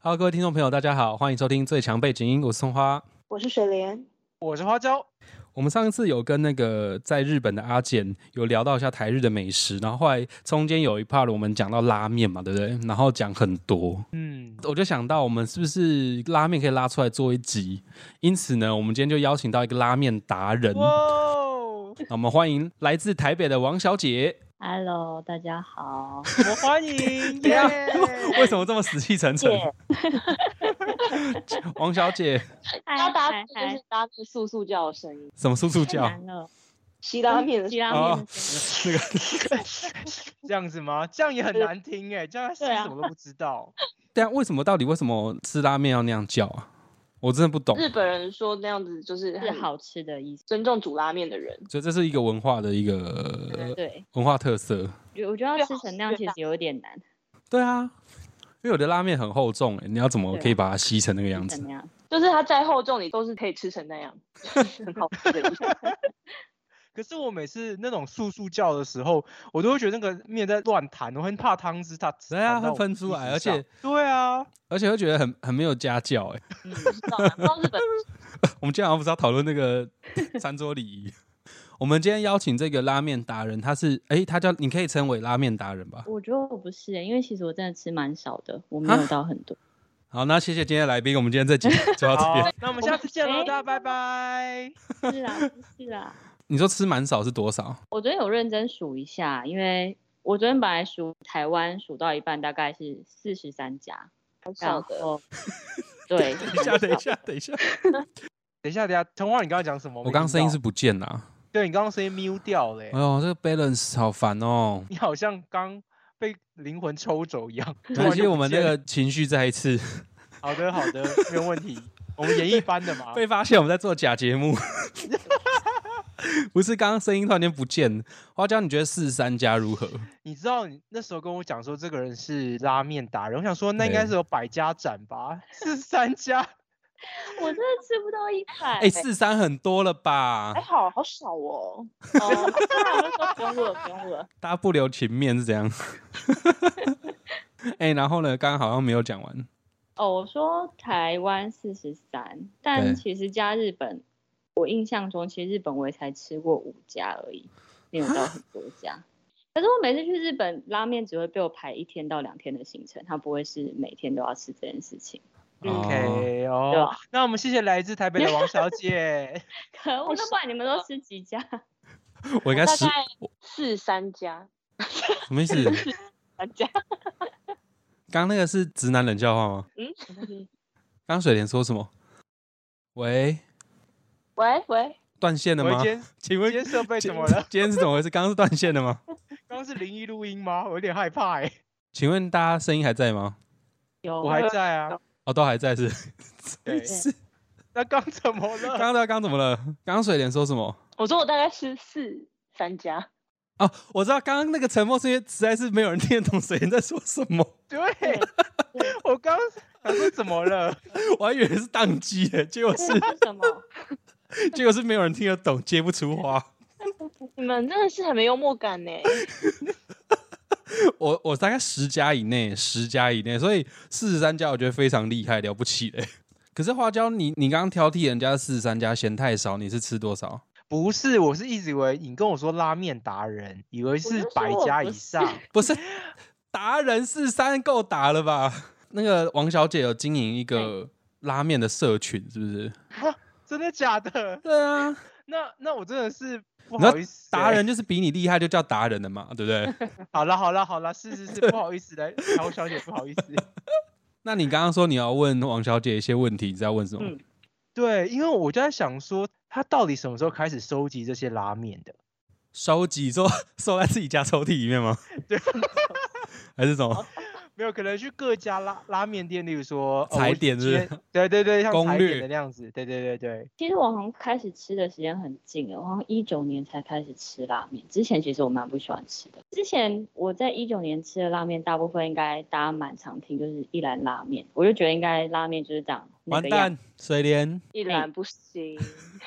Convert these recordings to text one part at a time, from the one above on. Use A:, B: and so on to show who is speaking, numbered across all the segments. A: Hello，各位听众朋友，大家好，欢迎收听最强背景音，我是松花。
B: 我是水莲，
C: 我是花椒，
A: 我们上一次有跟那个在日本的阿简有聊到一下台日的美食，然后后来中间有一 part 我们讲到拉面嘛，对不对？然后讲很多，
C: 嗯，
A: 我就想到我们是不是拉面可以拉出来做一集？因此呢，我们今天就邀请到一个拉面达人，
C: 哇哦，
A: 那我们欢迎来自台北的王小姐。
D: Hello，大家好。
C: 我们欢 迎，
A: 等一
C: 耶
D: 啊
A: 下！ 为什么这么死气沉沉？
D: 姐
A: 王小姐，
D: 哎
B: 拉达就是拉面素素叫的声音，
A: 什么叔叔叫？
D: 难了，
B: 希拉面的
D: 鸡拉
A: 哦
D: 面是
A: 那个
C: 这样子吗？这样也很难听哎，这样他是
D: 对啊
C: 什么都不知道，
A: 但啊为什么到底为什么吃拉面要那样叫啊？我真的不懂，
B: 日本人说那样子就是
D: 是
B: 很
D: 好吃的 意思。
B: 尊重煮拉面的人，
A: 所以这是一个文化的一个
D: 对，
A: 文化特色。
D: 我觉得我觉得
B: 越
D: 要吃
B: 好
D: 成
B: 吃
D: 那样
B: 越
D: 其实
B: 大
D: 有点难，
A: 对啊，因为我的拉面很厚重、欸，你要怎么
D: 对啊
A: 可以把它吸成那个样
D: 怎
A: 子？
D: 么样？
B: 就是它再厚重，你都是可以吃成那 样，很好吃的 意思。
C: 可是我每次那种速速叫的时候，我都会觉得那个面在乱弹，我很怕汤汁它
A: 对啊
C: 弹到
A: 会喷
C: 我
A: 出来
C: 鼻子
A: 而且
C: 上对啊，
A: 而且会觉得很很没有家教、欸，哎，
D: 嗯，
B: 不知道啊，不知道日本
A: 我们今天好像不是要讨论那个 餐桌礼仪。 我们今天邀请这个拉面达人，他是哎、他叫你可以称为拉面达人吧？
D: 我觉得我不是欸，因为其实我真的吃蛮少的，我没有
A: 啊
D: 到很 多。
A: 好，那谢谢今天的来宾，我们今天这集就到这
C: 好
A: 边。，
C: 那我们下次见喽，
D: 哎
C: 大家拜拜。
D: 是啦，是啦。
A: 你说吃蛮少是多少？
D: 我昨天有认真数一下，因为我昨天本来数台湾数到一半，大概是四十三家，
B: 很少
D: 然
B: 的，
D: 后对，
A: 等一下，等一下，等一下，
C: 等一下，等一下，童话，你刚刚讲什么？
A: 我刚刚声音是
C: 没听
A: 不见啦、啊。
C: 到，对你刚刚声音 mute 掉嘞
A: 哎，呦，这个 balance 好烦哦。
C: 你好像刚被灵魂抽走一样。
A: 没
C: 突然
A: 关系，
C: 就
A: 我
C: 不
A: 们那
C: 见了
A: 个情绪再一次
C: 好的好的，没有问题。我们演艺班的嘛，
A: 被发现我们在做假节目， 不是刚刚声音突然间不见。花椒，你觉得四十三家如何？
C: 你知道你那时候跟我讲说这个人是拉面达人，我想说那应该
A: 对
C: 是有百家展吧，是三 家，
D: 我真的吃不到一百。
A: 哎，四三很多了吧
B: 还？好好少哦。
D: 哦，那我就说不用录了，不用录了。
A: 大家不留情面是怎样？ 哎、然后呢？刚刚好像没有讲完。
D: 哦，我说台湾四十三，
A: 对
D: 但其实加日本，我印象中其实日本我也才吃过五家而已，没有到很多家。可是我每次去日本，拉面只会被我排一天到两天的行程，它不会是每天都要吃这件事情。
A: 哦
C: OK
D: 对
C: 哦
D: 啊，
C: 那我们谢谢来自台北的王小 姐。
D: 可恶，那不然你们都吃几家？
A: 我应
B: 我
A: 该
B: 大
A: 十
B: 概四三家，
A: 什么意思？
B: 三家，
A: 刚刚那个是直男冷笑话吗？
B: 嗯，
A: 刚刚水莲说什么？喂，
B: 喂喂，
A: 断线了
C: 我
A: 吗
C: 今？天
A: 请
C: 今
A: 问
C: 天设备
A: 今
C: 怎么了？
A: 今天是怎么回事？刚刚是断线的吗？
C: 刚刚是灵异录音吗？我有点害怕哎，
A: 请问大家声音还在吗？
D: 有，
C: 我还在啊。
A: 哦，都还在是？
C: 对，
A: 是
C: 那刚怎么
A: 刚
C: 了？
A: 刚刚刚怎么了？刚刚水莲说什么？
B: 我说我大概吃四三家，
A: 哦，我知道刚刚那个沉默是因为实在是没有人听得懂水莲在说什么，
C: 对，我刚刚说怎么了？
A: 我还以为是宕机耶，结果 是
D: 是什么？
A: 结果是没有人听得懂，接不出话。
B: 你们真的是很没幽默感呢。
A: 我我大概十家以内，十家以内，所以四十三家我觉得非常厉害，了不起嘞。可是花椒，你你刚刚挑剔人家四十三家嫌太少，你是吃多少？
C: 不是，我是一直以为你跟我说拉面达人，以为是
D: 就说
C: 百
D: 我
C: 家
D: 不
C: 以
D: 是
C: 上。
A: 不是达人四三够打了吧？那个王小姐有经营一个拉面的社群，是不是？
C: 真的假的？
A: 对啊，
C: 那那我真的是不
A: 你知道
C: 好意思欸。
A: 达人就是比你厉害就叫达人了嘛，对不 对？
C: 好了好了好了，是是是，不好意思，来，乔小姐，不好意思。
A: 那你刚刚说你要问王小姐一些问题，你在问什么？
D: 嗯
C: 对，因为我就在想说，她到底什么时候开始收集这些拉面的？
A: 收集说收在自己家抽屉里面吗？
C: 对，
A: 还是什
D: 哦
A: 么？
C: 没有，可能去各家拉拉面店，例如说
A: 踩点是不是？
C: 呃我今天对对对，像
A: 攻
C: 踩
A: 略
C: 点的那样子，对对对对。
D: 其实我好像开始吃的时间很近了，我好像一九年才开始吃拉面。之前其实我蛮不喜欢吃的。之前我在一九年吃的拉面，大部分应该大家蛮常听，就是一兰拉面。我就觉得应该拉面就是长那
A: 完
D: 个样。
A: 蛋，水莲，
B: 一兰不行，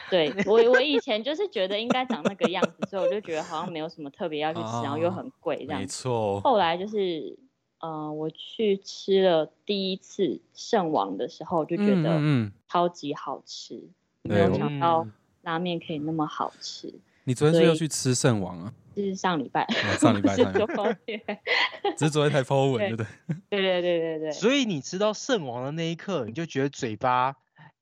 D: 对我，我以前就是觉得应该长那个样子，所以我就觉得好像没有什么特别要去吃，然后又很贵这样
A: 哦
D: 哦
A: 没
D: 子。
A: 错，
D: 后来就是呃，我去吃了第一次圣王的时候，就觉
A: 嗯
D: 得
A: 嗯
D: 超级好吃，没
A: 对
D: 有
A: 我
D: 想到拉面可以那么好吃。
A: 嗯，你昨天是不是
D: 所
A: 又
D: 以
A: 去吃圣王 啊？
D: 就是上礼拜，
A: 哦上礼 拜
D: 是
A: 上礼拜
D: 昨天
A: 只是昨天才 po 文，对不对？
D: 对对对对对，
C: 所以你吃到圣王的那一刻，你就觉得嘴巴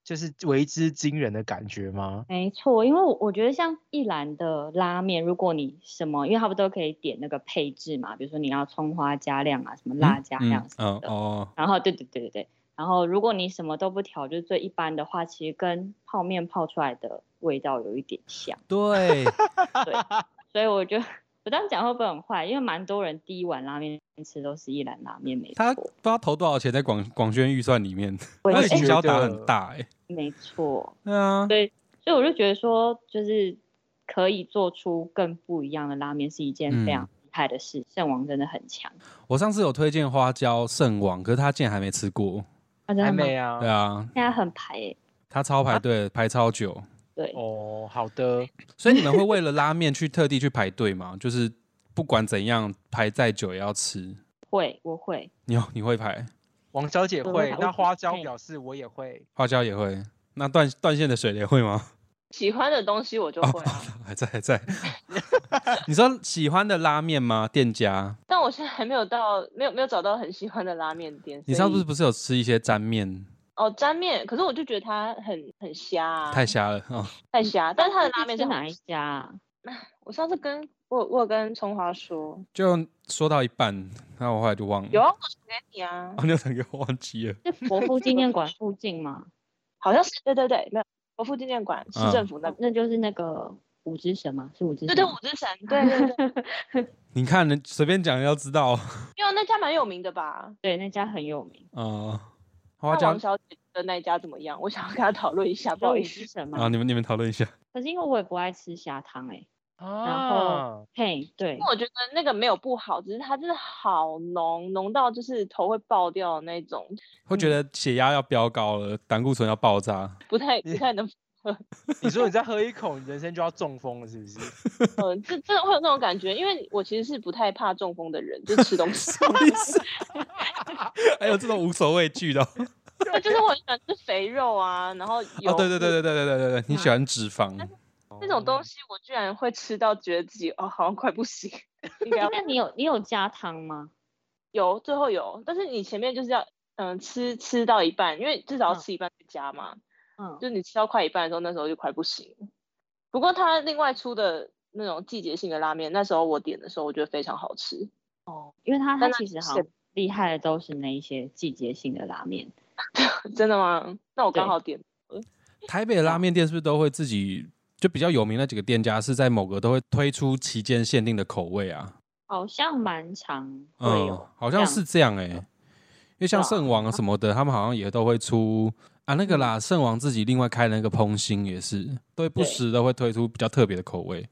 C: 就是为之惊人的感觉吗？
D: 没错，因为我我觉得像一兰的拉面，如果你什么，因为他们都可以点那个配置嘛，比如说你要葱花加量啊，什么辣加
A: 嗯
D: 量什
A: 嗯
D: 么的。
A: 哦，
D: 然后对对对对对，然后如果你什么都不调，就是最一般的话，其实跟泡面泡出来的味道有一点像，
A: 对，
D: 所以我就 我这样讲会不会很坏？因为蛮多人第一碗拉面吃都是一兰拉面，没
A: 他不
D: 错
A: 知，道投多少钱在广广宣预算里面，
D: 我
A: 他
D: 也
A: 的行
D: 觉
A: 销
C: 得
A: 打很大哎、
D: 没错。
A: 对啊，
D: 对所以我就觉得说，就是可以做出更不一样的拉面是一
C: 嗯
D: 件非常厉害的事。圣王真的很强，
A: 我上次有推荐花椒圣王，可是他竟然还没吃过。
D: 啊，啊真
C: 还
D: 的吗？
C: 没啊
A: 对？啊，
D: 现在很排诶、
A: 他超排队，排超久。
D: 对，
C: 哦，好的，
A: 所以你们会为了拉面去特地去排队吗？ 就是不管怎样排再久也要吃。
D: 会我会，
A: 你你会排
C: 王小姐
D: 对
C: 会
D: 我，
C: 那花椒
D: 嘿
C: 表示我也会。
A: 花椒也会，那断断线的水莲会吗？
B: 喜欢的东西我就会啊，
A: 还在还 在。你说喜欢的拉面吗？店家，
B: 但我现在还没有到，没有没有找到很喜欢的拉面店。
A: 你
B: 所
A: 上次
B: 以
A: 不是有吃一些沾面？
B: 哦沾面，可是我就觉得它很很瞎、啊，
A: 太瞎了哦，
B: 太瞎。但是它的拉面
D: 是
B: 是
D: 哪
B: 好
D: 一
B: 吃
D: 家、啊？
B: 我上次跟我有我有跟葱花说，
A: 就说到一半，那我后来就忘了。
B: 有啊，我传给你啊，
A: 哦，你有整个忘记了。
D: 是国父纪念馆附近吗？
B: 好像是对对对，没有国父纪念馆市
A: 嗯
B: 政府那边。
D: 那就是那个五之神吗？是五之
B: 对
D: 神
B: 对，
D: 吗。
B: 五之神，对对 对，
A: 你看，人随便讲要知道啊、
B: 因为那家蛮有名的吧？
D: 对那家很有名。
A: 呃花
B: 那
A: 椒
B: 王小姐的那一家怎么样？我想要跟她讨论一下，不
D: 叫
B: 好
D: 五
B: 意
D: 之
B: 思。
D: 神吗？
A: 啊，你们你们讨论一下。
D: 可是因为我也不爱吃虾汤诶、
C: 啊，
D: 嘿，对
B: 因为，我觉得那个没有不好，只是它真的好浓，浓到就是头会爆掉的那种，
A: 会觉得血压要飙高
B: 嗯
A: 了，胆固醇要爆炸。，
B: 不太
C: 你
B: 不太能，
C: 你说你再喝一口，你人生就要中风了，是不是？
B: 嗯，这真的会有那种感觉。因为我其实是不太怕中风的人，就吃东 西
A: 什么意 思？还有这种无所畏惧的哦。
B: 对，就是我很喜欢吃肥肉啊，然后油，
A: 哦，对对对对对对对
B: 嗯
A: 对对，你喜欢脂肪？
B: 那种东西我居然会吃到觉得自己哦好像快不行，应 该要
D: 那你有你有加汤吗？
B: 有，最后有，但是你前面就是要嗯吃吃到一半，因为至少要
D: 嗯
B: 吃一半再加嘛，
D: 嗯，
B: 就是你吃到快一半的时候，那时候就快不行了。不过它另外出的那种季节性的拉面，那时候我点的时候，我觉得非常好吃。
D: 哦，因为它它
B: 但那
D: 其
B: 就
D: 实好
B: 是
D: 像厉害的都是那一些季节性的拉面，
B: 真的吗？那我刚
D: 对
B: 好点，
A: 台北的拉面店是不是都会自己就比较有名那几个店家是在某个都会推出期间限定的口味啊？
D: 好像蛮常会
A: 嗯
D: 有，，嗯
A: 好像是这样哎、因为像
D: 对啊嗯
A: 圣王啊什么的，他们好像也都会出啊那个啦，圣王自己另外开的那个烹心也是，对，不
D: 对
A: 时的会推出比较特别的口味。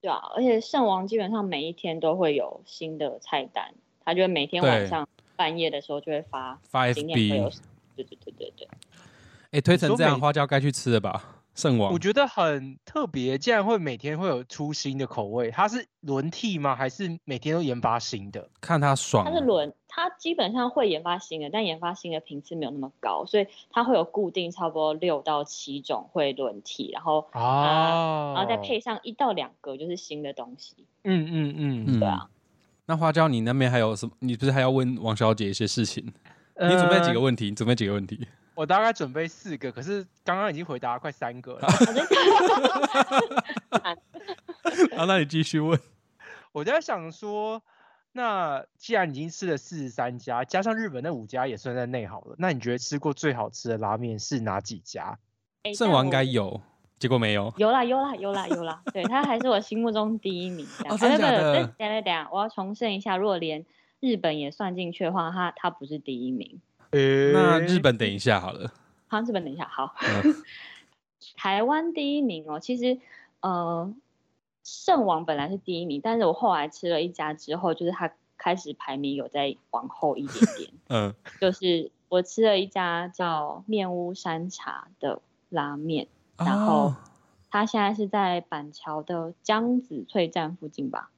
D: 对啊，而且圣王基本上每一天都会有新的菜单，他就会每天晚
A: 对
D: 上半夜的时候就会发
A: 发
D: 今天会
A: FB，
D: 有
A: 哎、，
D: 对对对对对，
A: 诶欸推成
C: 说
A: 这样，
C: 每
A: 花椒该去吃了吧？圣王
C: 我觉得很特别，竟然会每天会有出新的口味，它是轮替吗？还是每天都研发新的？
A: 看他爽啊
D: 它，是轮，它基本上会研发新的，但研发新的频次没有那么高，所以它会有固定差不多六到七种会轮替，然后
C: 哦，
D: 啊然后再配，上一到两个就是新的东西，
C: 嗯嗯嗯，
A: 嗯
D: 对啊。
A: 那花椒，你那边还有什么？你不是还要问王小姐一些事情？你准备几个
C: 呃？
A: 问题？你准备几个问 题？
C: 我大概准备四个，可是刚刚已经回答了快三个 了。
A: 啊，那你继续问。
C: 我在想说，那既然已经吃了四十三家，加上日本那五家也算在内好了，那你觉得吃过最好吃的拉面是哪几家？
D: 诶
A: 圣
D: 但
A: 王
D: 我
A: 应该有，结果没有。
D: 有啦有啦有啦有啦，对他还是我心目中第一名。这样
A: 哦真的
D: 哎
A: 假
D: 不
A: 的
D: 不不等一下等一下，我要重申一下，如果连日本也算进去的话，他他不是第一名。
A: 那
C: 诶
A: 日本等一下好了。
D: 好，日本等一下，好，
A: 嗯
D: 台湾第一名哦。其实，呃，圣王本来是第一名，但是我后来吃了一家之后，就是它开始排名有在往后一点 点。
A: 嗯，
D: 就是我吃了一家叫面屋山茶的拉面， 然后
A: 哦，
D: 它现在是在板桥的江子翠站附近吧？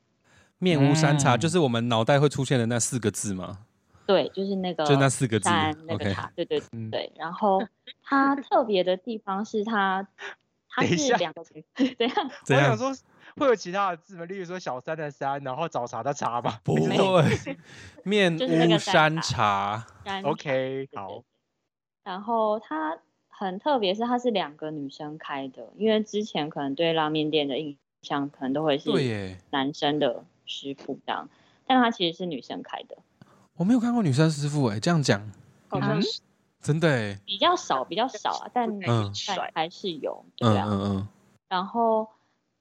A: 面无山茶
C: 嗯
A: 就是我们脑袋会出现的那四个字吗？
D: 对，就是那个
A: 就那四个字
D: 山那个
A: ，OK，
D: 塔，对对
C: 嗯
D: 对。然后 它特别的地方是它，它
C: 等一
D: 是
C: 下
D: 两个，等一下，
A: 怎
C: 我想
A: 样？
C: 说会有其他的字吗？例如说小三的三，然后找茬的茬吧。
A: 不
C: 就是
A: 会， 面
D: 就是那
A: 屋
D: 个
A: 山
D: 山
A: 茶，
D: 山塔
C: OK，
D: 对
C: 好，。
D: 然后它很特别，是它是两个女生开的，因为之前可能对拉面店的印象可能都会
A: 对
D: 是
A: 耶，
D: 男生的师傅这样，但它其实是女生开的，
A: 我没有看过女生师傅哎，这样讲
B: 好
A: 嗯
B: 像是
A: 真的哎，
D: 比较少，比较少啊，但
A: 嗯
D: 但还是有，对
A: 嗯
D: 啊。
A: 嗯嗯，
D: 然后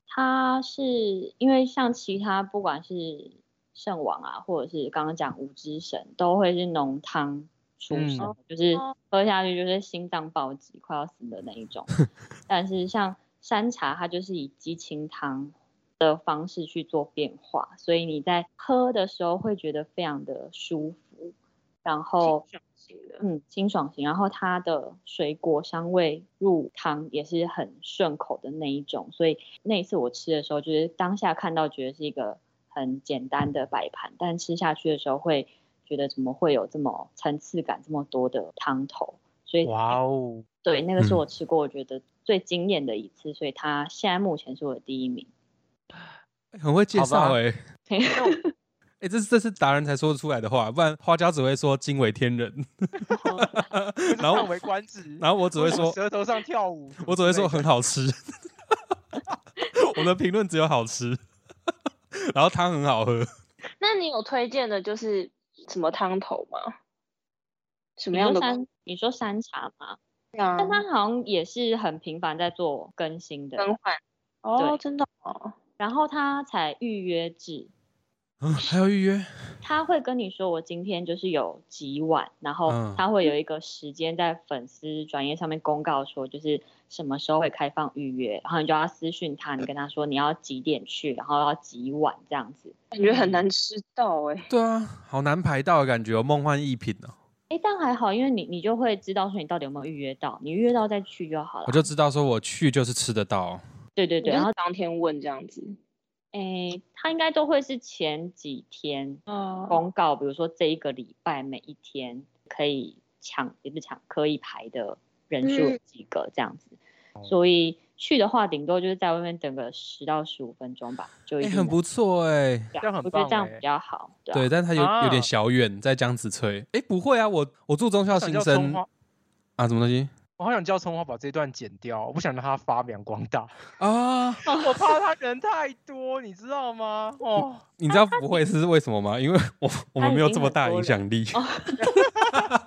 D: 它是因为像其他不管是圣王啊，或者是刚刚讲五之神，都会是浓汤出身的，
C: 嗯
D: 就是喝下去就是心脏暴击、快要死的那一种。但是像山茶，它就是以鸡清汤的方式去做变化，所以你在喝的时候会觉得非常的舒服，然
A: 哦
D: 后。
B: 清爽型的
D: 嗯，清爽型，然后它的水果香味入汤也是很顺口的那一种，所以那一次我吃的时候，就是当下看到觉得是一个很简单的摆盘，但吃下去的时候会觉得怎么会有这么层次感这么多的汤头，所以
C: 哇哦，
D: 对，那个是
A: 嗯
D: 我吃过我觉得最惊艳的一次，所以它现在目前是我的第一名。
A: 欸很会介
C: 好吧
A: 绍哎，哎，这是这是达人才说得出来的话，不然花椒只会说惊为天人， 然
C: 叹
A: 后
C: 为观止。
A: 然后我只会说，
C: 舌头上跳舞，
A: 我只会说很好 吃，我的评论只有好吃， 然后汤很好 喝，
B: 那你有推荐的就是什么汤头吗？什么
D: 你
B: 样
D: 说
B: 的？
D: 山，你说山茶嘛，
B: 啊
D: 但它好像也是很频繁在做更新的，
B: 更换哦，真的哦，
D: 然后它才预约制，
A: 嗯，还要预约，
D: 他会跟你说我今天就是有几晚，然
A: 嗯
D: 后他会有一个时间在粉丝专业上面公告说，就是什么时候会开放预约，然后你就要私讯他，你跟他说你要几点去，然后要几晚这样子。
B: 感觉很难吃到哎、
A: 对啊，好难排到的感觉哦，梦幻一品哦，
D: 哎，但还好，因为你你就会知道说你到底有没有预约到，你预约到再去就好了
A: 我。就知道说我去就是吃得到哦，
D: 对对
B: 你就
D: 对，
B: 是
D: 然后
B: 当天问这样子，
D: 哎，他应该都会是前几天
B: 哦，
D: 公告，比如说这一个礼拜每一天可以抢，也不是抢，可以排的人数有
B: 嗯
D: 几个这样子。
C: 哦
D: 所以去的话，顶多就是在外面等个十到十五分钟吧，就
A: 哎，
D: 已经
A: 很
D: 能
A: 不错哎。
D: 这
C: 这样很
D: 我觉得
C: 棒
D: 这样
C: 欸
D: 比较好。对啊
A: 对，但它有有点
C: 啊
A: 小远，在江子翠。哎，不会啊，我我住中校
C: 我想
A: 新
C: 叫葱
A: 生
C: 花，
A: 啊，什么东西
C: 我好想叫葱花把这段剪掉，我不想让它发扬光 大，
A: 啊？
D: 哦
C: 我怕他人太多，你知道吗？哦，
A: 你知道不会是为什么吗？因为 我我
D: 它
A: 们
D: 已
A: 没有
D: 经
A: 这么
D: 很
A: 大
D: 多
A: 影
D: 人
A: 响力
D: 哦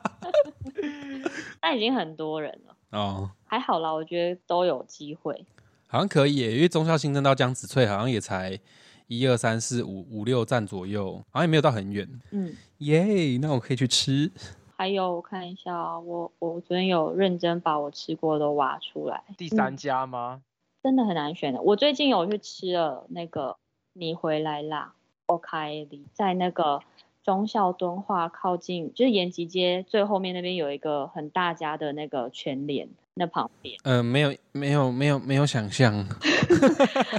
D: 那已经很多人了，
A: 哦，
D: 还好啦，我觉得都有机会。
A: 好像可以耶，因为中校新生到江子翠好像也才一二三四五五六站左右，好像也没有到很远。
D: 嗯，
A: 耶、那我可以去吃。
D: 还有我看一下啊，我我昨天有认真把我吃过的都挖出来，
C: 第三家吗？
D: 真的很难选的。我最近有去吃了那个你回来啦，OK，在那个忠孝敦化靠近，就是延吉街最后面那边有一个很大家的那个全联，那旁边。
A: 嗯、没有没有没有没有想象，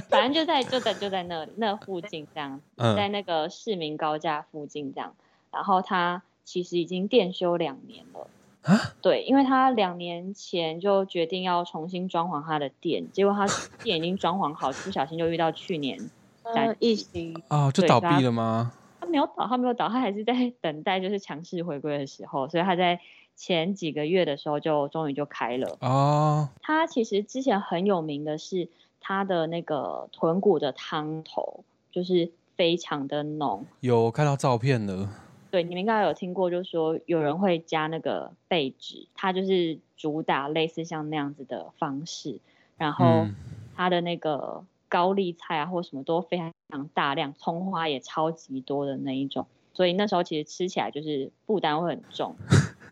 D: 反正就在就在就在那里那附近这样，
A: 嗯
D: 在那个市民高架附近这样。然后它其实已经店休两年了
A: 啊，
D: 对，因为他两年前就决定要重新装潢他的店，结果他店已经装潢好，不小心就遇到去年
B: 嗯，疫情
A: 哦，就
D: 对
A: 倒
D: 所以
A: 闭
D: 它
A: 了吗？
D: 他没有倒，他没有倒，他还是在等待就是强势回归的时候，所以他在前几个月的时候就终于就开了。
A: 哦，
D: 它其实之前很有名的是它的那个豚骨的汤头，就是非常的浓。
A: 有我看到照片了。
D: 对，你们应该有听过，就是说有人会加那个贝汁，它就是主打类似像那样子的方式。然后
A: 嗯
D: 它的那个高丽菜啊，或什么都非常大量，葱花也超级多的那一种。所以那时候其实吃起来就是负担会很重，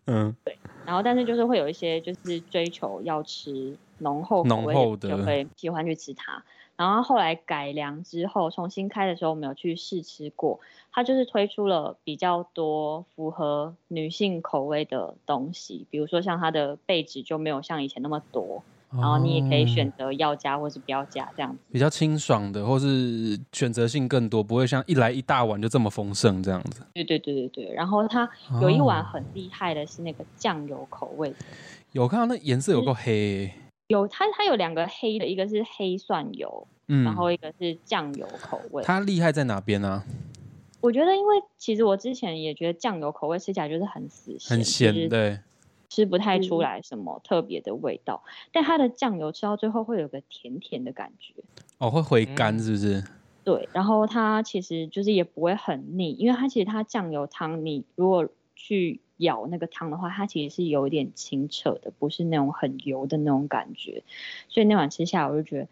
A: 嗯，
D: 然后但是就是会有一些就是追求要吃浓厚口味
A: 浓厚的
D: 就会喜欢去吃它。然后后来改良之后，重新开的时候，我们有去试吃过，它就是推出了比较多符合女性口味的东西，比如说像它的贝子就没有像以前那么多，
A: 然
D: 然后你也可
A: 哦
D: 以选择要加或是不要加这样子。
A: 比较清爽的，或是选择性更多，不会像一来一大碗就这么丰盛这样子。
D: 对对对对对，然后它有一碗
A: 哦
D: 很厉害的是那个酱油口味的，
A: 有看到那颜色有够黑欸、
D: 有它它有两个黑的，一个是黑蒜油，
A: 嗯，
D: 然后一个是酱油口味。
A: 它厉害在哪边啊呢、
D: 我觉得因为其实我之前也觉得酱油口味吃起来就是很死咸，
A: 很
D: 就是
A: 咸，对，
D: 吃不太出
B: 嗯
D: 来什么特别的味道，但它的酱油吃到最后会有个甜甜的感觉。
A: 哦，会回甘
C: 嗯
A: 是不是？
D: 对，然后它其实就是也不会很腻，因为它其实它酱油汤，你如果去舀那个汤的话，它其实是有一点清澈的，不是那种很油的那种感觉。所以那碗吃下来，我就觉得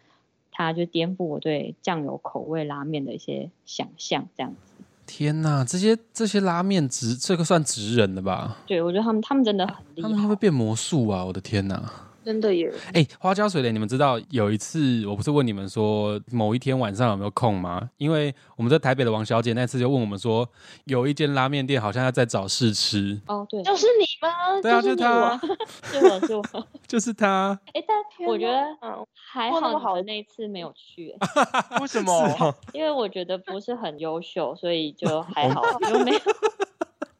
D: 它就颠覆我对酱油口味拉面的一些想象，这样子。
A: 天哪，这些这些拉面职，这个算职人了吧？
D: 对，我觉得他们他们真的很厉
A: 他们会不会
D: 害。
A: 变魔术啊？我的天哪！
B: 真的耶，
A: 哎、花椒水莲，你们知道有一次我不是问你们说某一天晚上有没有空吗？因为我们在台北的王小姐那次就问我们说，有一间拉面店好像要在找试吃。
D: 哦，对，
B: 就是你吗？
A: 对啊，
B: 就
A: 就是
B: 你
A: 她，
D: 是我是我，
A: 就是她。
D: 哎、 但
B: 天
D: 我觉得
B: 哪嗯
D: 还
B: 哇那
D: 好，
B: 么好
D: 那一次没有去、欸
C: 为什么？
A: 哦
D: 因为我觉得不是很优秀，所以就还好，就没有。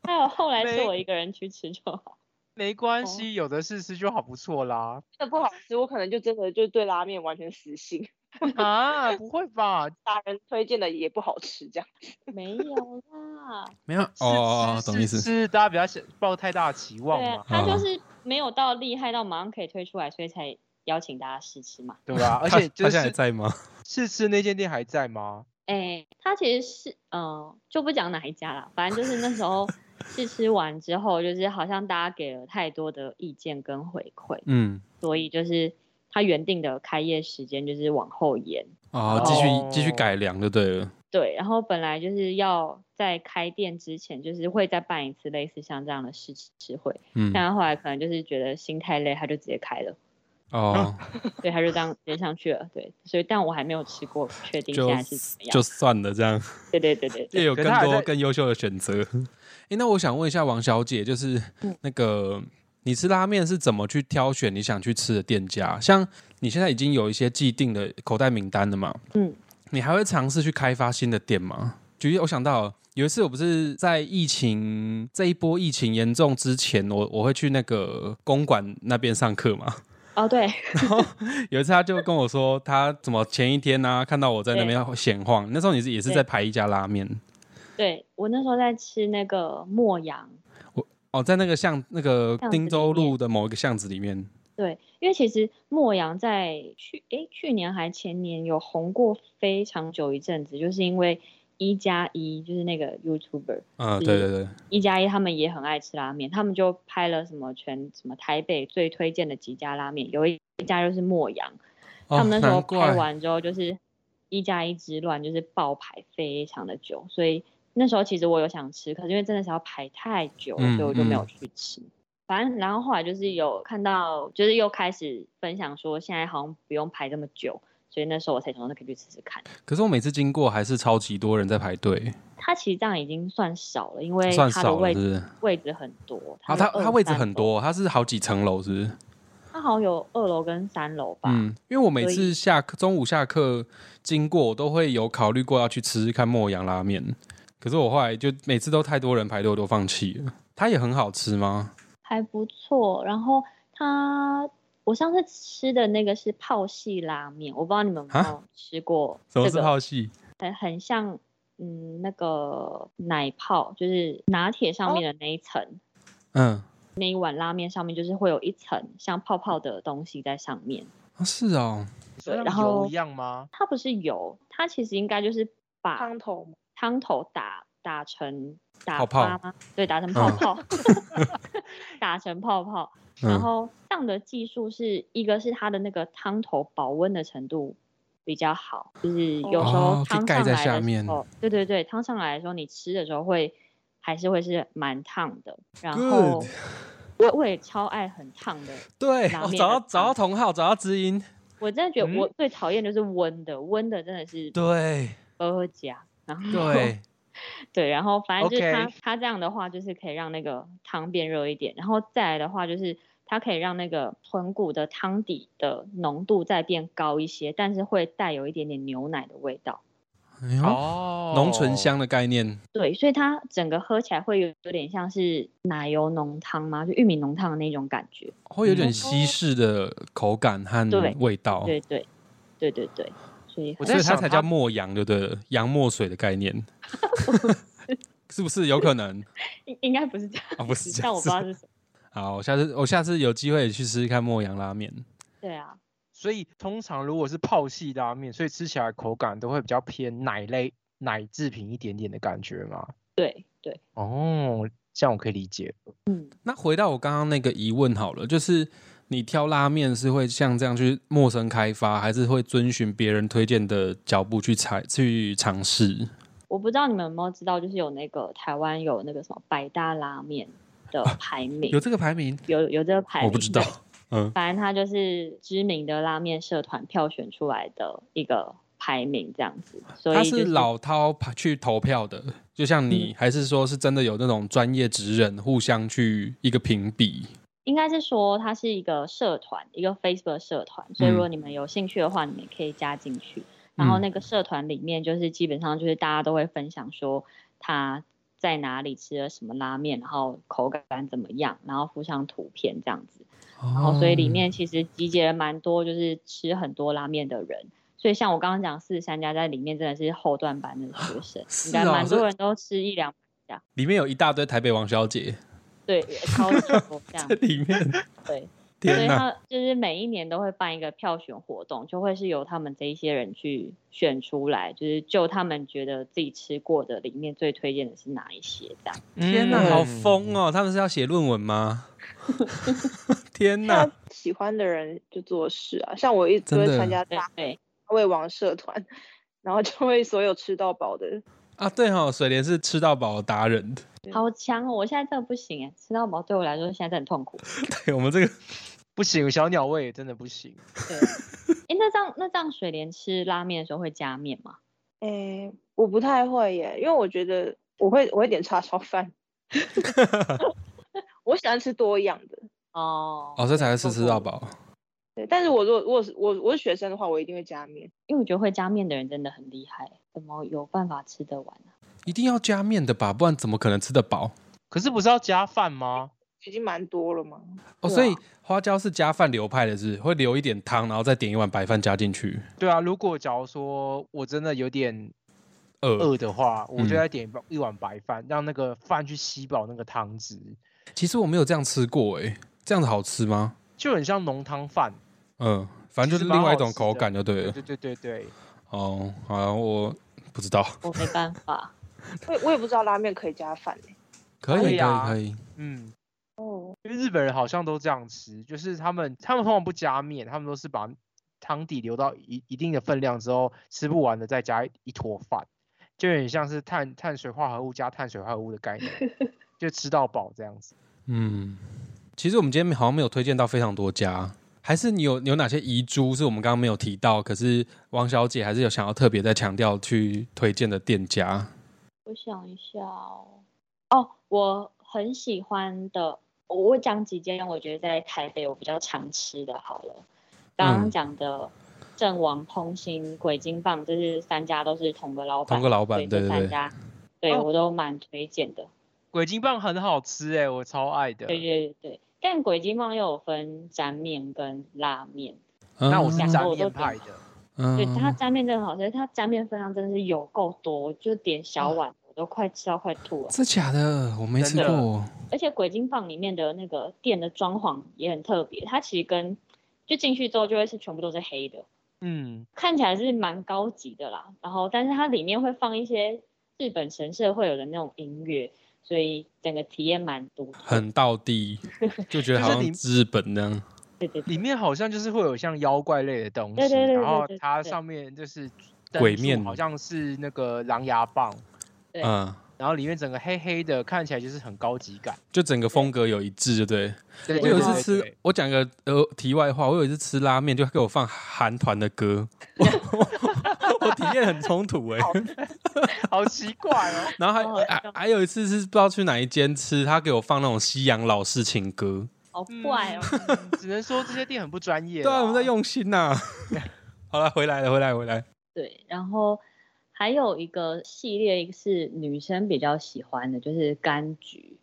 D: 还有后来是
C: 没
D: 我一个人去吃就好。
C: 没关
D: 哦
C: 系，有的是吃就好不错啦。
B: 真的不好吃，我可能就真的就对拉面完全死心。
C: 啊，不会吧？
B: 达人推荐的也不好吃，这样。
D: 没有啦，
A: 没有哦
C: 是
A: 哦哦，
C: 是
A: 懂意
C: 是
A: 思。
C: 是大家不要想抱太大的期望
D: 对啊
C: 嘛，，
D: 他
A: 啊
D: 就是没有到厉害到马上可以推出来，所以才邀请大家试吃嘛。
C: 对 吧？而
A: 她
C: 且就
A: 她现在还
C: 是
A: 在吗？
C: 试吃那间店还在吗？
D: 哎、他其实是嗯、呃就不讲哪一家啦，反正就是那时候试吃完之后，就是好像大家给了太多的意见跟回馈，
A: 嗯，
D: 所以就是他原定的开业时间就是往后延。
A: 哦，继续
C: 哦
A: 继续改良就对了。
D: 对，然后本来就是要在开店之前，就是会再办一次类似像这样的试吃会，
A: 嗯，
D: 但他后来可能就是觉得心太累，他就直接开了，
A: 哦，
D: 对，他就这样直接上去了，对，所以但我还没有吃过，不确定
A: 就
D: 现在是怎么
A: 就
D: 样，
A: 算了，这样
D: 对对对对
A: 也
D: 对，
A: 有
C: 可
A: 更
C: 是她还
A: 多
C: 在
A: 更优秀的选择。哎、那我想问一下王小姐，就是
D: 嗯
A: 那个你吃拉面是怎么去挑选你想去吃的店家？像你现在已经有一些既定的口袋名单了嘛？
D: 嗯，
A: 你还会尝试去开发新的店吗？举例，我想到有一次，我不是在疫情这一波疫情严重之前，我我会去那个公馆那边上课嘛。
D: 哦对，
A: 有一次他就跟我说，他怎么前一天呢、啊看到我在那边闲晃，那时候你是也是在
D: 对
A: 排一家拉面
D: 对我那时候在吃那个莫阳，
A: 哦，在那个巷那个
D: 巷子
A: 汀
D: 里
A: 州路
D: 面
A: 的某一个巷子里面，
D: 对，因为其实莫阳在去诶去年还前年有红过非常久一阵子，就是因为一加一就是那个 YouTuber。
A: 嗯，
D: 是
A: 对对对，
D: 一加一他们也很爱吃拉面，他们就拍了什么全什么台北最推荐的几家拉面，有一家就是莫阳，
A: 哦
D: 他们那时候
A: 难
D: 拍
A: 怪
D: 完之后就是一加一之乱就是爆排非常的久，所以那时候其实我有想吃，可是因为真的是要排太久了，
A: 嗯
D: 所以我就没有
A: 嗯
D: 去吃。反正然后后来就是有看到，就是又开始分享说现在好像不用排这么久，所以那时候我才想说那可以去吃吃看。
A: 可是我每次经过还是超级多人在排队，
D: 它其实这样已经算少了，因为
A: 算
D: 它的
A: 少了
D: 位
A: 是不是？
D: 位置很多。
A: 啊，
D: 是
A: 它它
D: 二
A: 位置
D: 三
A: 很
D: 楼
A: 多，它是好几层楼是不是？
D: 它好像有二楼跟三楼吧。
A: 嗯，因为我每
D: 所以
A: 次下课中午下课经过，我都会有考虑过要去吃吃看莫阳拉面，可是我后来就每次都太多人排队，我都放弃了。它也很好吃吗？
D: 还不错。然后它，我上次吃的那个是泡系拉面，我不知道你们有没
A: 啊
D: 有吃过、
A: 什
D: 这
A: 么
D: 个，
A: 是泡戏？
D: 很很像嗯那个奶泡，就是拿铁上面的那一层。
A: 嗯，
D: 那一碗拉面上面就是会有一层像泡泡的东西在上面，
A: 啊是哦，
C: 你说
D: 对
C: 像
D: 然后
C: 油一样吗？
D: 它不是油，它其实应该就是把
B: 汤头吗
D: 汤头打打成打
A: 泡嗯泡
D: 发吗？对，打成泡 泡，打成泡泡。然
A: 嗯，
D: 后这样的技术是一个是它的那个汤头保温的程度比较好，就是有时
A: 哦可
D: 候
A: 以
D: 汤
A: 盖
D: 上
A: 在
D: 来
A: 下
D: 的时
A: 面
D: 候，对对对，汤上来的时候你吃的时候会还是会是蛮烫的。然后
A: Good
D: 我我也超爱很烫的，
A: 对，
D: 拉
A: 哦
D: 面
A: 找
D: 的
A: 到找到
D: 汤
A: 同号，找到知音，
D: 我真的觉
C: 嗯
D: 得我最讨厌就是温的，温的真的是
A: 对
D: 不喝夹。然后
A: 对，
D: 对，然后反正就是它
C: OK
D: 它这样的话，就是可以让那个汤变热一点，然后再来的话就是它可以让那个豚骨的汤底的浓度再变高一些，但是会带有一点点牛奶的味道。
A: 哎呦
C: 哦，
A: 浓醇香的概念，
D: 对，所以它整个喝起来会有有点像是奶油浓汤嘛，就玉米浓汤的那种感觉。
A: 会有点西式的口感
D: 嗯对
A: 和味道，
D: 对对对对对，所以
C: 我
D: 很
A: 所以
C: 在
A: 它
C: 想
A: 才
C: 它
A: 叫墨洋，对不对？洋墨水的概 念，是不是有可能
D: 应应该不是 这样，
A: 啊？不是这
D: 但
A: 样
D: 我不
A: 子
D: 知。道是什么。
A: 好，我下次我下次有机会也去试试看墨洋拉面。
D: 对啊，
C: 所以通常如果是泡系拉面，所以吃起来口感都会比较偏奶类、奶制品一点点的感觉嘛。
D: 对对，
C: 哦，这样我可以理解了。
D: 嗯，
A: 那回到我刚刚那个疑问好了，就是你挑拉面是会像这样去陌生开发，还是会遵循别人推荐的脚步去采去尝试？
D: 我不知道你们有没有知道，就是有那个台湾有那个什么百大拉面的排名，
A: 哦有这个排名？
D: 有有这个排名，
A: 我不知道
D: 对。
A: 嗯，
D: 反正它就是知名的拉面社团票选出来的一个排名这样子，所以、
A: 他
D: 就是嗯
A: 老饕爬去投票的，就像你，还是说是真的有那种专业职人互相去一个评比？
D: 应该是说它是一个社团，一个 Facebook 社团，所以
A: 嗯
D: 如果你们有兴趣的话，你们可以加进去。然后那个社团里面就是基本上就是大家都会分享说他在哪里吃了什么拉面，然后口感怎么样，然后附上图片这样子。然后哦所以
A: 嗯
D: 里面其实集结了蛮多就是吃很多拉面的人。所以像我刚刚讲四十三家在里面真的是后段班的学 生，
A: 是
D: 应该
A: 哦
D: 蛮
A: 所以
D: 多人都吃一两
A: 里面有一大堆台北王小姐
D: 对超级多这样
A: 在 里 面，
D: 啊 对。所
A: 天
D: 以
A: 哪！
D: 他就是每一年都会办一个票选活动，就会是由他们这一些人去选出来，就是就他们觉得自己吃过的里面最推荐的是哪一些这样。
A: 天哪，好疯
C: 哦！
A: 哦！他们是要写论文 吗？ 天哪！
B: 喜欢的人就做事啊，像我一直会
A: 真的
B: 参加
D: 对
B: 大
D: 对，
B: 胃王社团，然后就会所有吃到饱的，
A: 啊，对哦，水莲是吃到饱达人，
D: 好强哦！我现在真的不行哎，吃到饱对我来说现在真的很痛苦。
A: 对我们这个
C: 不行，小鸟胃真的不行。
D: 对， 哎，那这样那这样水莲吃拉面的时候会加面吗？
B: 诶、我不太会耶，因为我觉得我会我会点叉烧饭， 我喜欢吃多样的。
D: 哦，
A: 哦，这才是吃到
D: 不错。
A: 饱。
B: 对，但是我如果我是我我是学生的话，我一定会加面。
D: 因为我觉得会加面的人真的很厉害，怎么有办法吃得完、啊？
A: 一定要加面的吧，不然怎么可能吃得饱？
C: 可是不是要加饭吗？
B: 已经蛮多 了嘛，
A: 哦，
D: 对啊
A: 所以花椒是加饭流派的是不是，会留一点汤，然后再点一碗白饭加进去。
C: 对啊，如果假如说我真的有点
A: 呃，
C: 饿的话，我
A: 嗯
C: 就再点一包一碗白饭，让那个饭去吸饱那个汤汁，
A: 其实我没有这样吃过、欸，这样子好吃吗？
C: 就很像浓汤饭。
A: 嗯、反正就是
C: 其实蛮
A: 另外一
C: 好
A: 种
C: 吃
A: 口
C: 的
A: 感就对
C: 对
A: 了。
C: 对对对对，
A: 哦，好啊，我不知道，
D: 我没办法。
B: 我也我也不知道拉面可以加饭耶
A: 可以
C: 可
A: 可
C: 以
A: 以
C: 啊
A: 可以，
C: 嗯，
B: 哦，
C: 因为日本人好像都这样吃，就是他们他们通常不加面，他们都是把汤底留到一一定的分量之后，吃不完的再加一坨饭，就有点像是碳碳水化合物加碳水化合物的概 念，就吃到饱这样子。
A: 嗯，其实我们今天好像没有推荐到非常多家，还是你有你有哪些遗珠是我们刚刚没有提到，可是王小姐还是有想要特别再强调去推荐的店家？
D: 我想一下哦，哦，我很喜欢的，我我讲几间我觉得在台北我比较常吃的好了。刚
A: 嗯
D: 刚讲的郑王、通心、鬼金棒，这是三家都是同个老板，
A: 同个老板
D: 所以这
A: 对对对
D: 三家，对
C: 哦
D: 我都蛮推荐的。
C: 鬼金棒很好吃哎、我超爱的。
D: 对对对对，但鬼金棒又有分沾面跟拉面，
C: 那我是
A: 嗯
D: 想
C: 沾
D: 过
C: 面
D: 都点
C: 派的，
D: 对它
A: 嗯，
D: 沾面真的好吃，它沾面分量真的是有够多，我就点小碗我都快吃到快吐了。
A: 这假的，我没吃
C: 真的
A: 过。
D: 而且鬼金棒里面的那个店的装潢也很特别，它其实跟就进去之后就会是全部都是黑的，
C: 嗯，
D: 看起来是蛮高级的啦。然后，但是它里面会放一些日本神社会有的那种音乐，所以整个体验蛮独特。
A: 很道地，就觉得好
C: 就
A: 像
C: 是你
A: 日本那样。
D: 对对对
C: 里面好像就是会有像妖怪类的东西，
D: 对对对对
C: 然后
D: 对
C: 它
D: 对
C: 上面就是
A: 鬼
C: 灯柱
A: 面
C: 好像是那个狼牙棒，
D: 对
A: 嗯，
C: 然后里面整个黑黑的，看起来就是很高级感。
A: 就整个风格有一致，就对。
C: 对
A: 我
C: 对
A: 有
C: 对
A: 一
C: 对
A: 次吃
C: 对，
A: 我讲个呃题外话，我有一次吃拉面，就给我放韩团的歌，我我 体验很冲突哎、
C: 好奇怪 哦。
A: 然后还
D: 好好笑
A: 还还有一次是不知道去哪一间吃，他给我放那种西洋老式情歌，
D: 好怪哦。
C: 嗯只能说这些店很不专业。
A: 对啊，我们在。用心呐、 好了，回来了，回来，回来。
D: 对，然后还有一个系列是女生比较喜欢的，就是柑橘。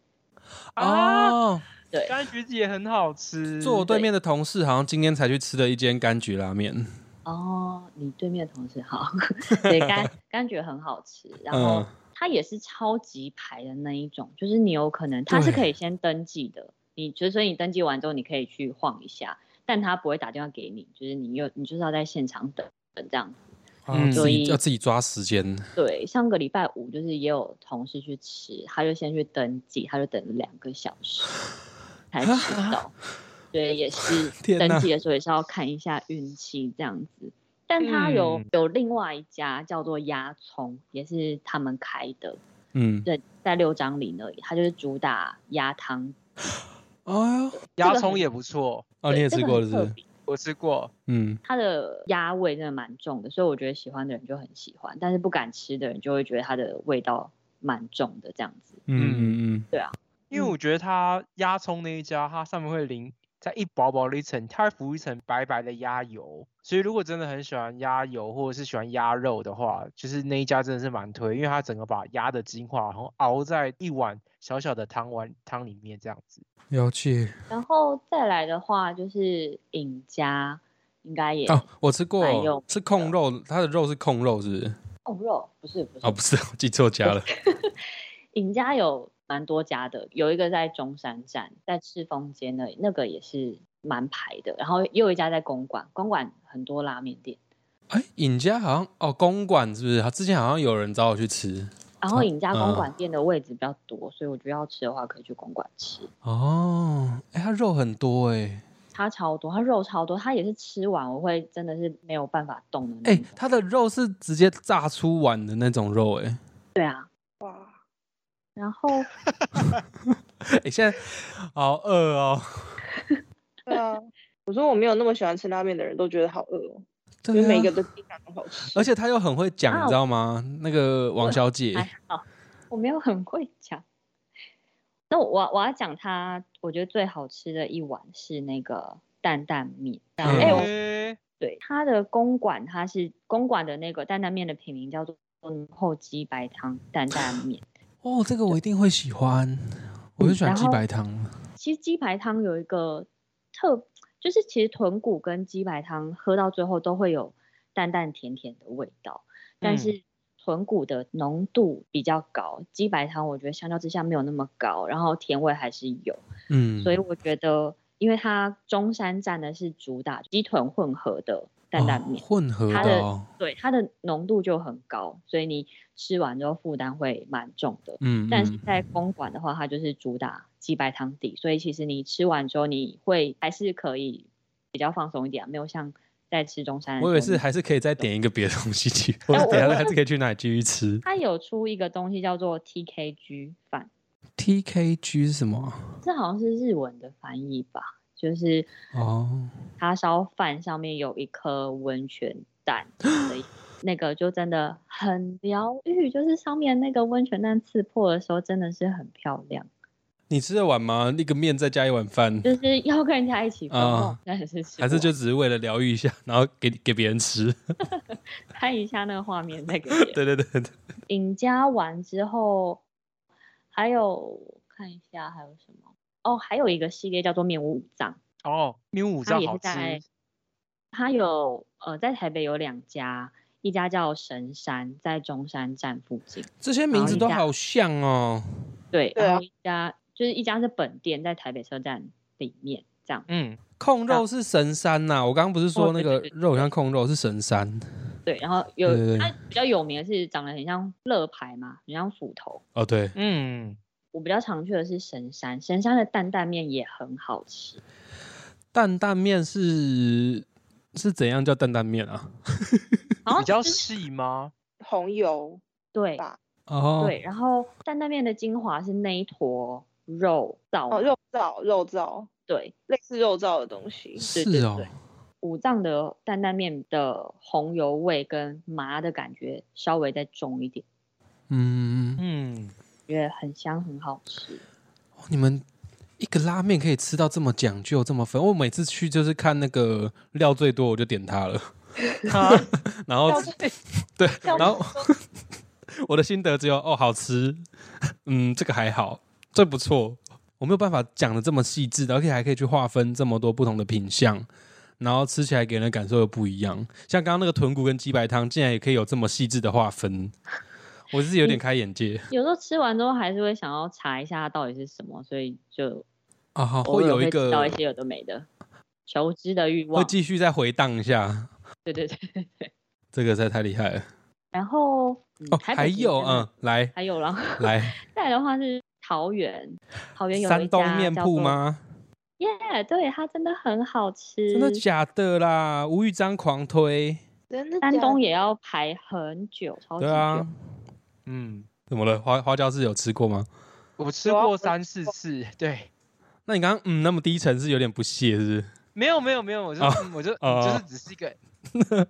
C: 啊嗯
A: 哦，
D: 对，
C: 柑橘也很好吃，
A: 坐我对面的同事好像今天才去吃的一间柑橘拉面。
D: 哦，你对面的同事 好，对，柑柑橘很好吃，然后
A: 嗯
D: 它也是超级排的那一种，就是你有可能它是
A: 对
D: 可以先登记的，你就是所以你登记完之后你可以去晃一下，但他不会打电话给你，就是你有你就是要在现场等等这样子。
A: 啊
C: 嗯
A: 自
D: 所
A: 己
D: 以
A: 要自己抓时间，
D: 对，上个礼拜五就是也有同事去吃，他就先去登记，他就等了两个小 时才吃到。对，也是
A: 啊 天哪
D: 登记的时候也是要看一下运气这样子。但他有、
C: 嗯
D: 有另外一家叫做鸭葱，也是他们开的，
A: 嗯，
D: 对，在六张里那里，他就是主打鸭汤。
A: 哦，
C: 牙葱也不错，
A: 哦，
D: 对
A: 你也
D: 这
A: 吃
D: 个
A: 过
D: 很
A: 是不
D: 特
A: 是？
D: 别
C: 我吃过。
A: 嗯，
D: 它的鸭味真的蛮重的，所以我觉得喜欢的人就很喜欢，但是不敢吃的人就会觉得它的味道蛮重的这样子。
A: 嗯嗯嗯，
C: 因为
D: 嗯
C: 我觉得它鸭葱那一家，它上面会淋在一薄薄的一层，它会浮一层白白的鸭油，所以如果真的很喜欢鸭油或者是喜欢鸭肉的话，就是那一家真的是蛮推，因为它整个把鸭的精华然后熬在一碗小小的汤碗汤里面这样子。
A: 了解。
D: 然后再来的话就是尹家，应该也
A: 哦，我吃过
D: 蛮有名的，
A: 是控肉，它的肉是控肉是不是？
D: 哦肉不是不是
A: 哦，不是，我记错家了。
D: 尹家有蛮多家的，有一个在中山站，在赤峰街那里，那个也是蛮排的。然后又有一家在公馆，公馆很多拉面店。
A: 哎，尹家好像哦，公馆是不是？之前好像有人找我去吃。
D: 然
A: 哦
D: 后尹家
A: 嗯
D: 公馆店的位置比较多，所以我觉得要吃的话可以去公馆吃。
A: 哦，哎，它肉很多哎，
D: 它超多，它肉超多，它也是吃完我会真的是没有办法动的那
A: 哎
D: 种。，
A: 它的肉是直接炸出碗的那种肉哎。
D: 对啊，
B: 哇，
D: 然后
A: 哎，现在好饿哦，
B: 对啊， 我说我没有那么喜欢吃拉面的人都觉得好饿哦，
A: 对
B: 因为
A: 啊
B: 每个都非常好吃，
A: 而且他又很会讲，你知道吗？那个王小姐，
D: 还哎好，我没有很会讲。那我我要讲它，我觉得最好吃的一碗是那个担担面。然后
A: 嗯
D: 哎、
A: 哎
D: 我
C: 我
D: 对它的公馆，它是公馆的那个担担面的品名叫做浓厚鸡白汤担担面。
A: 哦，这个我一定会喜欢，我就喜欢
D: 嗯然
A: 鸡
D: 后
A: 白汤。
D: 其实鸡白汤有一个特，就是其实豚骨跟鸡白汤喝到最后都会有淡淡甜甜的味道，但是豚骨的浓度比较高，鸡白汤我觉得相较之下没有那么高，然后甜味还是有，
A: 嗯，
D: 所以我觉得，因为它中山站的是主打鸡豚混合的担担面
A: 哦，混合
D: 它
A: 的
D: 的
A: 哦，
D: 对它的浓度就很高，所以你吃完之后负担会蛮重的。
A: 嗯，
D: 但是
A: 嗯
D: 在公馆的话，它就是主打鸡白汤底，所以其实你吃完之后，你会还是可以比较放松一点，没有像在吃中山的时
A: 我
D: 候。
A: 以为是还是可以再点一个别的东西去，或
D: 哎
A: 者
D: 我
A: 等一下
D: 我
A: 还是可以去哪里继续吃。
D: 它有出一个东西叫做 TKG 饭，
A: T K G 是什么啊？
D: 这好像是日文的翻译吧，就是
A: 哦，
D: 叉烧饭上面有一颗温泉 蛋的一。那个就真的很疗愈，就是上面那个温泉蛋刺破的时候，真的是很漂亮，
A: 你吃得完吗？那个面再加一碗饭，
D: 就是要跟人家一起分
A: 啊
D: 享，但是吃
A: 还是
D: 不
A: 就
D: 完
A: 只是为了疗愈一下，然后给给别人吃？
D: 拍一下那个画面 再给别人
A: 对对对对，
D: 尹家完之后，还有看一下还有什么哦，还有一个系列叫做面无五脏，
C: 哦，鹦鹉
D: 它
C: 这
D: 也
C: 好
D: 是在
C: 吃，
D: 它有呃在台北有两家，一家叫神山，在中山站附近，
A: 这些名字都好像哦。
D: 对，
B: 对啊
D: 然后一家就是一家是本店在台北车站里面这样，
C: 嗯，
A: 控肉是神山呐、我刚刚不是说
D: 哦
A: 那
D: 对
A: 个
D: 对对
A: 肉很像控肉是神山
D: 对，然后有
A: 对对对
D: 它比较有名的是长得很像乐牌嘛，很像斧头。
A: 哦，对，
C: 嗯，
D: 我比较常去的是神山，神山的担担面也很好吃，
A: 担担面是是怎样叫担担面啊？
B: 哦
D: 然后
C: 比较
D: 就是
C: 细吗？
B: 红油
D: 对
B: 吧
A: 哦，
D: 对，然后担担面的精华是那一坨肉燥嘛，
B: 哦，肉燥肉燥，
D: 对，
B: 类似肉燥的东西，
A: 是
D: 对对
A: 哦
D: 对，五脏的担担面的红油味跟麻的感觉稍微再重一点，
A: 嗯，
C: 嗯，
D: 觉得很香很好吃。
A: 哦你们一个拉面可以吃到这么讲究，这么分。我每次去就是看那个料最多，我就点它了。 然后 对，然后 我的心得只有哦，好吃，嗯，这个还好，这不错。我没有办法讲的这么细致，而且还可以去划分这么多不同的品相，然后吃起来给人的感受又不一样。像刚刚那个豚骨跟鸡白汤，竟然也可以有这么细致的划分，我是有
D: 嗯
A: 点开眼界
D: 有时候吃完之后还是会想要查一下它到底是什么，所以就
A: 啊，
D: 偶
A: 会
D: 尔
A: 有一
D: 会吃到
A: 个
D: 一哦些有的没的求知的欲
A: 会
D: 望。
A: 继续再回荡一下，
D: 对对对对对。
A: 这个实在太厉害了。
D: 然后、嗯
A: 哦，
D: 台北
A: 还
D: 其实
A: 有
D: 真的
A: 嗯，来
D: 还有然后
A: 来，
D: 再来的话是桃园，桃 园有一
A: 山东
D: 家
A: 面
D: 叫
A: 铺
D: 做？
A: 吗？
D: 耶、对，它真的很好吃。
A: 真的假的啦？吴玉章狂推，
B: 真的
D: 山
B: 假
D: 东
B: 的
D: 也要排很久，超级
A: 对
D: 久。
A: 啊，
C: 嗯，
A: 怎么了？花花椒是有吃过吗？
C: 我吃
B: 有啊
C: 过
B: 我
C: 三四次，对，
A: 那你刚刚嗯那么低沉是有点不屑是不是？
C: 没有没有没有，我就、嗯
A: 啊
C: 我就、
A: 啊
C: 就是只是一个，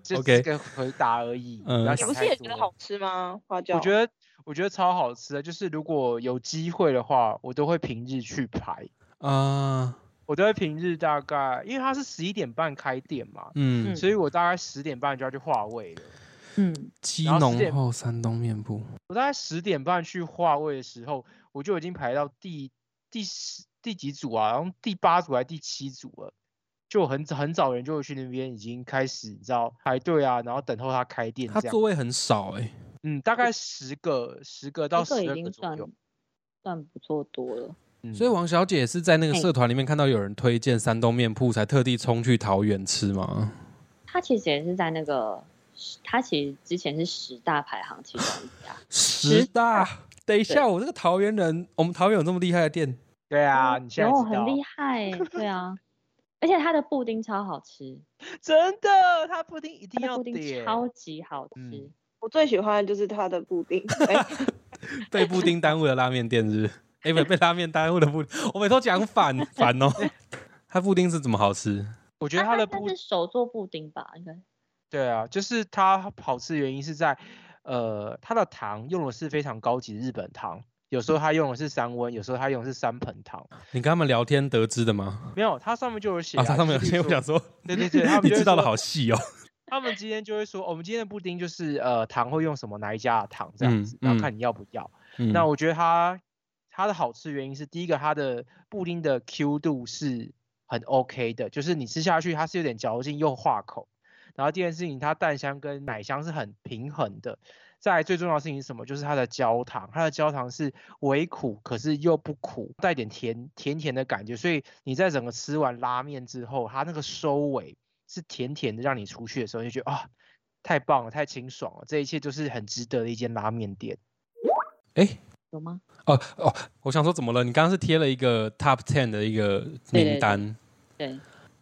C: 就
A: OK
C: 是一个回答而已，
A: 嗯
C: 不要
B: 你
C: 想
B: 不是
C: 太
B: 也觉得
C: 多。
B: 好吃吗？花椒，
C: 我觉得我觉得超好吃的，就是如果有机会的话，我都会平日去排，
A: 啊、
C: 我都会平日大概，因为它是十一点半开店嘛，
A: 嗯，
C: 所以我大概十点半就要去化位了。
D: 嗯，
A: 鸡
C: 然后是
A: 浓厚山东面部，
C: 我大概十点半去化位的时候，我就已经排到第第十第几组啊，然后第八组还是第七组了。就很早很早人就会去那边已经开始，你知道排队啊，然后等候他开店
A: 它
C: 这样
A: 座。位很少哎、
C: 嗯，大概十个十个到
D: 这
C: 十
D: 个已
C: 二
D: 经
C: 个左
D: 算
C: 右。
D: 算不错多了。
C: 嗯
A: 所以王小姐也是在那个
D: 哎
A: 社团里面看到有人推荐山东面铺，才特地冲去桃园吃吗？
D: 它其实也是在那个，它其实之前是十大排行其中一家。
A: 十大，等一下，我这个桃园人，我们桃园有这么厉害的店？
C: 对啊，你现在
D: 哦然后
C: 知道
D: 很厉害、欸，对啊，而且它的布丁超好吃，
C: 真的，他布丁一
D: 它
C: 定
D: 的
C: 要
D: 布丁
C: 点。
D: 超级好吃。
C: 嗯
B: 我最喜欢的就是它的布 丁，哎
A: 被布丁耽误的拉面店是不是？哎、不，被拉面耽误的布丁，我每次都讲反反哦。它布丁是怎么好吃？
C: 我觉得他
D: 它
C: 的
D: 它应
C: 布
D: 该啊是手做布丁吧，应该。
C: 对啊，就是它好吃的原因是在，呃，它的糖用的是非常高级的日本糖，有时候它用的是三温，有时候它用的是三盆 糖，
A: 你跟他们聊天得知的吗？
C: 没有，它上面就有写
A: 啊，他上面有
C: 就是例
A: 些
C: 如
A: 我想
C: 说，
A: 说，
C: 对对对，他们
A: 你
C: 就会
A: 知道的
C: 说
A: 好，细哦。
C: 他们今天就会说，哦我们今天的布丁就是呃糖会用什么哪一家的糖这
A: 嗯
C: 样子，
A: 嗯
C: 然后看你要不要。
A: 嗯
C: 那我觉得它它的好吃的原因是，第一个它的布丁的 Q 度是很 OK 的，就是你吃下去它是有点嚼劲又化口。然后第二件事情，它蛋香跟奶香是很平衡的。再来最重要的事情是什么？就是它的焦糖，它的焦糖是微苦，可是又不苦，带点甜甜甜的感觉。所以你在整个吃完拉面之后，它那个收尾是甜甜的，让你出去的时候就觉得啊、太棒了，太清爽了，这一切就是很值得的一间拉面店。
A: 哎、
D: 有吗？
A: 哦哦，我想说怎么了？你刚刚是贴了一个 top ten 的一个
D: 对对
A: 名
D: 对
A: 单。
D: 对，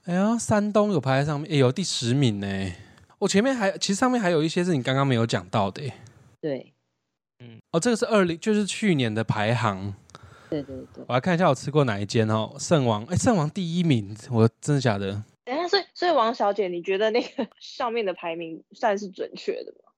A: 哎呀，山东有排在上面，哎呦，第十名呢。我前面还其实上面还有一些是你刚刚没有讲到的。哎
D: 对，
A: 哦，这个是二零，就是去年的排行。
D: 对对对。
A: 我来看一下我吃过哪一间哦。圣王，哎，圣王第一名，我真的假的？
B: 等一下，所以所以王小姐，你觉得那个 上面的排名算是准确的吗？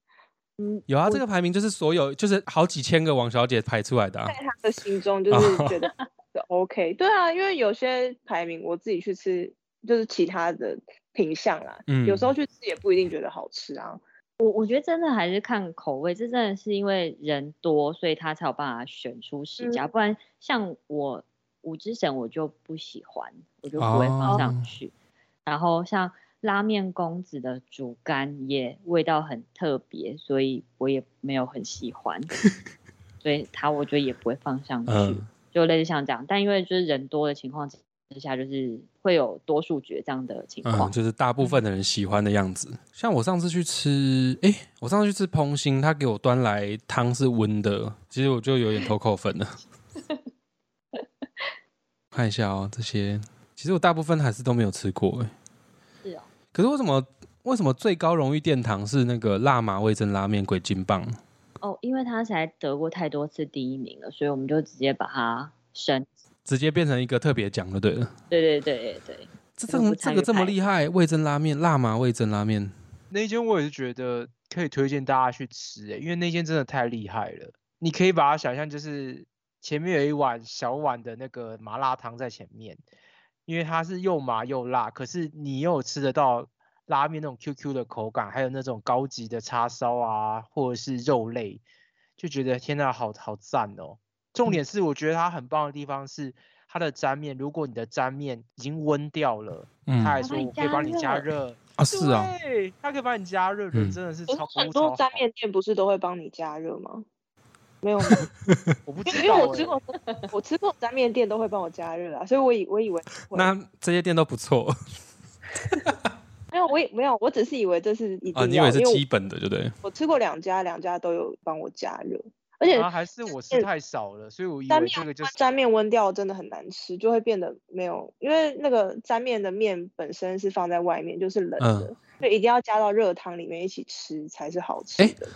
D: 嗯，
A: 有啊，
D: 我
A: 这个排名就是所有就是好几千个王小姐排出来的、啊
B: 在。她的心中就是
C: 哦
B: 觉 得是 OK，对啊，因为有些排名我自己去吃，就是其他的品相啊，
A: 嗯
B: 有时候去吃也不一定觉得好吃啊。
D: 我我觉得真的还是看口味，这真的是因为人多，所以他才有办法选出十家，
B: 嗯
D: 不然像我五之神我就不喜欢，我就不会
A: 哦
D: 放上去。然后像拉面公子的竹竿也味道很特别，所以我也没有很喜欢， 所以它我觉得也不会放上去，
A: 嗯
D: 就类似像这样。但因为就是人多的情况之下，就是会有多数决这样的情
A: 嗯，
D: 况。
A: 就是大部分的人喜欢的样子。像我上次去吃，诶，我上次去吃烹心，他给我端来汤是温的，其实我就有点头扣 粉了。看一下哦，这些其实我大部分还是都没有吃过诶。
D: 是哦，
A: 可是为什么为什么最高荣誉殿堂是那个辣麻味噌拉面鬼金棒？
D: 哦，因为他才得过太多次第一名了，所以我们就直接把他升。
A: 直接变成一个特别奖就对了。
D: 对对对对对，
A: 这
D: 这个
A: 这这
D: 不参与
A: 个这么
D: 派
A: 厉害，味噌拉面，辣麻味噌拉面，
C: 那间我也是觉得可以推荐大家去吃、欸，因为那间真的太厉害了。你可以把它想象就是前面有一碗小碗的那个麻辣汤在前面，因为它是又麻又辣，可是你又吃得到拉面那种 QQ 的口感，还有那种高级的叉烧啊，或者是肉类，就觉得天呐，好好赞哦！重点是我觉得它很棒的地方是它的沾面，如果你的沾面已经温掉了，
A: 嗯
C: 它还
A: 啊
D: 它
C: 说
D: 帮
C: 我
D: 你
C: 可以
D: 加
C: 帮你加
D: 热
C: 热，
A: 是啊，
C: 对，它可以帮你加热，
A: 嗯
C: 人真的是
B: 不是
C: 超
B: 很
C: 超
B: 多沾
C: 好
B: 面店不是都会帮你加热吗？没 有吗，
C: 我不知
B: 因为因
C: 道、欸，
B: 为我吃过，我吃过沾面店都会帮我加热啊，所以我以我以为会
A: 那这些店都不错
B: 没有，我也没有，我只是以为这是一定
C: 哦
B: 要，
A: 啊，你以为是
B: 因
A: 基
B: 为
A: 本的，对不对？
B: 我我吃过两家，两家都有帮我加热，而且
C: 啊，还是我吃太少了，所以我以
B: 沾
C: 为
B: 面
C: 这个就是
B: 沾面温掉真的很难吃，就会变得没有，因为那个沾面的面本身是放在外面，就是冷的，所以一定要加到热汤里面一起吃才是好吃
A: 诶
B: 的。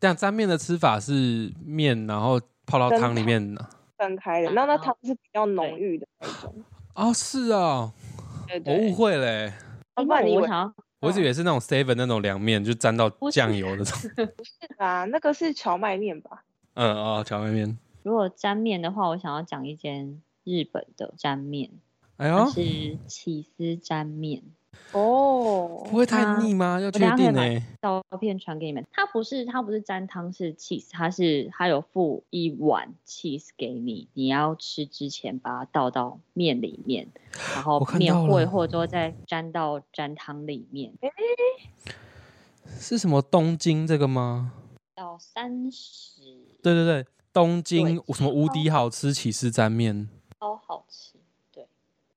A: 这样沾面的吃法是面，然后泡到
B: 跟
A: 汤里面
B: 分开的，那那
D: 啊
B: 汤是比较浓
D: 对
B: 郁的那种。
A: 哦，是啊，
B: 对
A: 我
B: 对
A: 误会嘞、
B: 哦
D: 因
B: 不然你以
D: 为我
B: 为
D: 想要
A: 我一直以为是那种 seven 那种凉面，就沾到
D: 不是
A: 酱油那种。
B: 啊，那个是荞麦面吧？
A: 嗯哦，荞麦面。
D: 如果沾面的话，我想要讲一间日本的沾面，
A: 哎
D: 它
A: 呦，
D: 是起司沾面。
B: 哦
A: 不会太腻吗？要
D: 我
A: 确
D: 等下可以
A: 定呢、欸
D: 把照片传给你们。它不是它不是沾汤，是 cheese，它是它有附一碗 cheese 给你，你要吃之前把它倒到面里面，然后
A: 我看
D: 面
A: 到
D: 和一
A: 了
D: 和之后再沾到沾汤里面，
A: 是什么东京这个吗？
D: 到三十，
A: 对对对，东京
D: 对
A: 什么无敌好吃起司沾面，
D: 超好吃。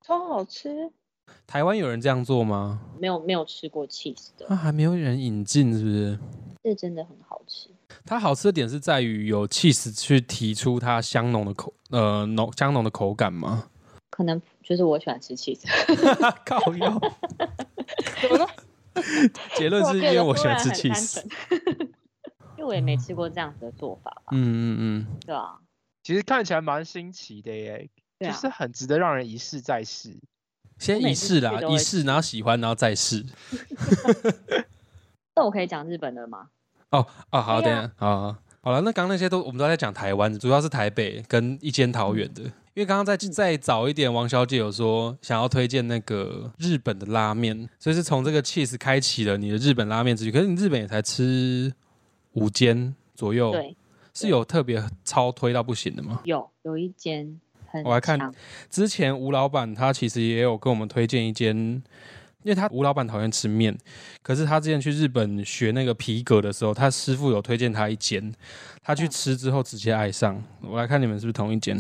B: 超好吃。
A: 台湾有人这样做吗？
D: 没有没有吃过 cheese 的，
A: 啊，还没有人引进，是不是？
D: 这真的很好吃。
A: 它好吃的点是在于有 cheese 去提出它香浓的口，呃，浓香浓的口感吗？
D: 可能就是我喜欢吃 cheese，
A: 靠腰，
B: 怎么那么
A: 结论是因为我喜欢吃
D: 突然很单
A: cheese
D: 纯。因为我也没吃过这样子的做法吧，
A: 嗯嗯嗯，
D: 对啊，
C: 其实看起来蛮新奇的耶，
D: 对
C: 就
D: 啊
C: 是很值得让人一试再试。
A: 先
D: 我每
A: 一
D: 次
A: 试
D: 去
A: 啦，
D: 都
A: 一
D: 会
A: 试，然后喜欢，然后再试。
D: 那我可以讲日本的吗？
A: 哦哦，好，
B: 对
A: 等一
B: 啊
A: 下，好好好了。那刚刚那些都我们都在讲台湾，主要是台北跟一间桃园的。因为刚刚再再早一点，王小姐有说想要推荐那个日本的拉面，所以是从这个 cheese 开启了你的日本拉面之旅。可是你日本也才吃五间左右，
D: 对，
A: 是有特别超推到不行的吗？
D: 有有一间很
A: 我还看
D: 强
A: 之前吴老板他其实也有跟我们推荐一间，因为他吴老板讨厌吃面，可是他之前去日本学那个皮革的时候，他师傅有推荐他一间，他去吃之后直接爱上。我来看你们是不是同一间？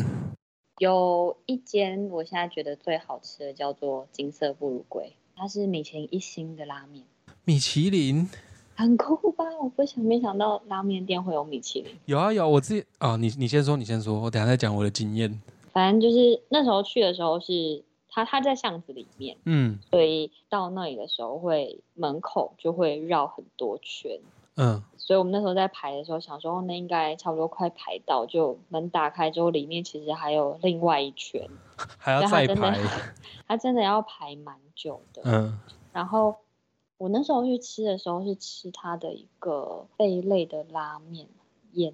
D: 有一间我现在觉得最好吃的叫做金色布鲁龟，它是米其林一星的拉面，
A: 米其林
D: 很酷吧？我不想没想到拉面店会有米其林。
A: 有啊有，我自己啊，你你先说，你先说，我等一下再讲我的经验。
D: 反正就是那时候去的时候是它它在巷子里面，
A: 嗯
D: 所以到那里的时候会门口就会绕很多圈。
A: 嗯，
D: 所以我们那时候在排的时候，想说哦那应该差不多快排到，就门打开之后，里面其实还有另外一圈，
A: 还要
D: 那
A: 再
D: 他真的
A: 排，
D: 它真的要排蛮久的。
A: 嗯
D: 然后我那时候去吃的时候是吃它的一个贝类的拉面，盐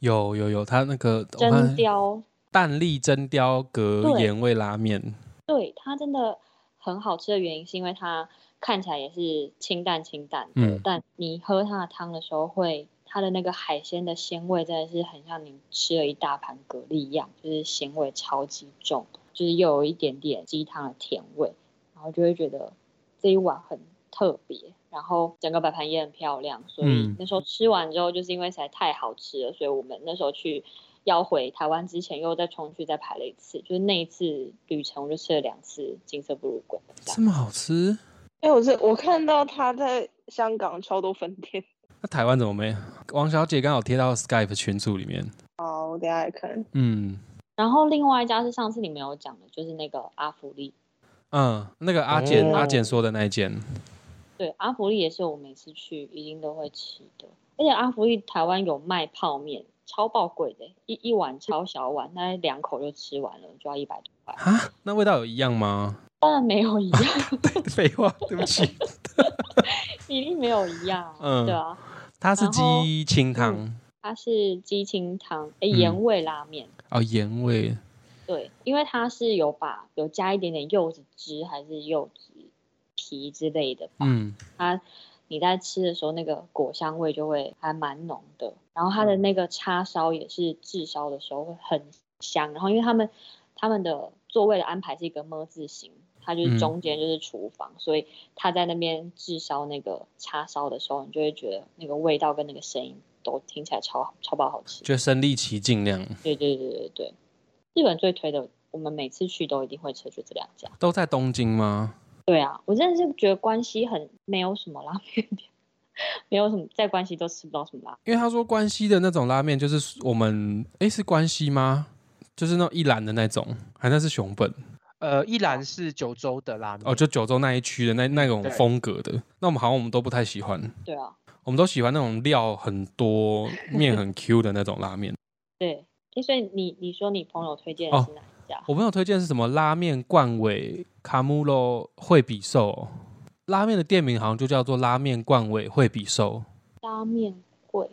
A: 有有有，他那个我
D: 蒸
A: 看
D: 雕，
A: 蛋力蒸雕隔
D: 对
A: 盐味拉面，
D: 对它真的很好吃的原因是因为它看起来也是清淡清淡的，
A: 嗯
D: 但你喝它的汤的时候会。它的那个海鲜的鲜味真的是很像你吃了一大盘蛤蜊一样，就是鲜味超级重，就是又有一点点鸡汤的甜味，然后就会觉得这一碗很特别，然后整个摆盘也很漂亮，所以
A: 嗯
D: 那时候吃完之后，就是因为实在太好吃了，所以我们那时候去要回台湾之前，又再重去再排了一次，就是那一次旅程我就吃了两次金色布鲁龟，这
A: 这
D: 样
A: 么好吃，
B: 哎、我是我看到他在香港超多分店。
A: 那台湾怎么没？王小姐刚好贴到 Skype 群组里面。
B: 好，我等一下来看。
A: 嗯
D: 然后另外一家是上次你没有讲的，就是那个阿福利，
A: 嗯，那个阿简、
C: 哦
A: 阿简说的那一间，
D: 对，阿福利也是我每次去一定都会吃的，而且阿福利台湾有卖泡面，超爆贵的，一一碗超小碗，大概两口就吃完了，就要一百多块，
A: 啊，那味道有一样吗？
D: 当然没有一样。
A: 废话，对不起，
D: 比例没有一样啊，
A: 嗯
D: 对啊，
A: 它是
D: 然后
A: 鸡清汤，
D: 它是鸡清汤，诶，
A: 嗯
D: 盐味拉面。
A: 啊，盐味，
D: 对，因为它是有把有加一点点柚子汁还是柚子皮之类的吧，
A: 嗯
D: 它你在吃的时候那个果香味就会还蛮浓的，然后它
A: 嗯
D: 的那个叉烧也是炙烧的时候会很香，然后因为他们他们的座位的安排是一个么字形。它就
A: 嗯
D: 是中间就是厨房，所以他在那边炙烧那个叉烧的时候，你就会觉得那个味道跟那个声音都听起来超好超爆好吃。
A: 就身临其境那样，
D: 对对对对对，日本最推的，我们每次去都一定会吃，就这两家。
A: 都在东京吗？
D: 对啊，我真的是觉得关西很没有什么拉面店，没有什么在关西都吃不到什么拉面。
A: 因为他说关西的那种拉面，就是我们诶，是关西吗？就是那种一兰的那种，还那是熊本
C: 呃，一兰是九州的拉面，
A: 哦，就九州那一区的那那种
C: 对
A: 风格的。那我们好像我们都不太喜欢，
D: 对啊，
A: 我们都喜欢那种料很多、面很 Q 的那种拉面。
D: 对，诶所以你你说你朋友推荐的是哪一家？
A: 我朋友推荐是什么拉面冠尾卡姆罗惠比寿哦、拉面的店名好像就叫做拉面冠尾惠比寿，
D: 拉面贵，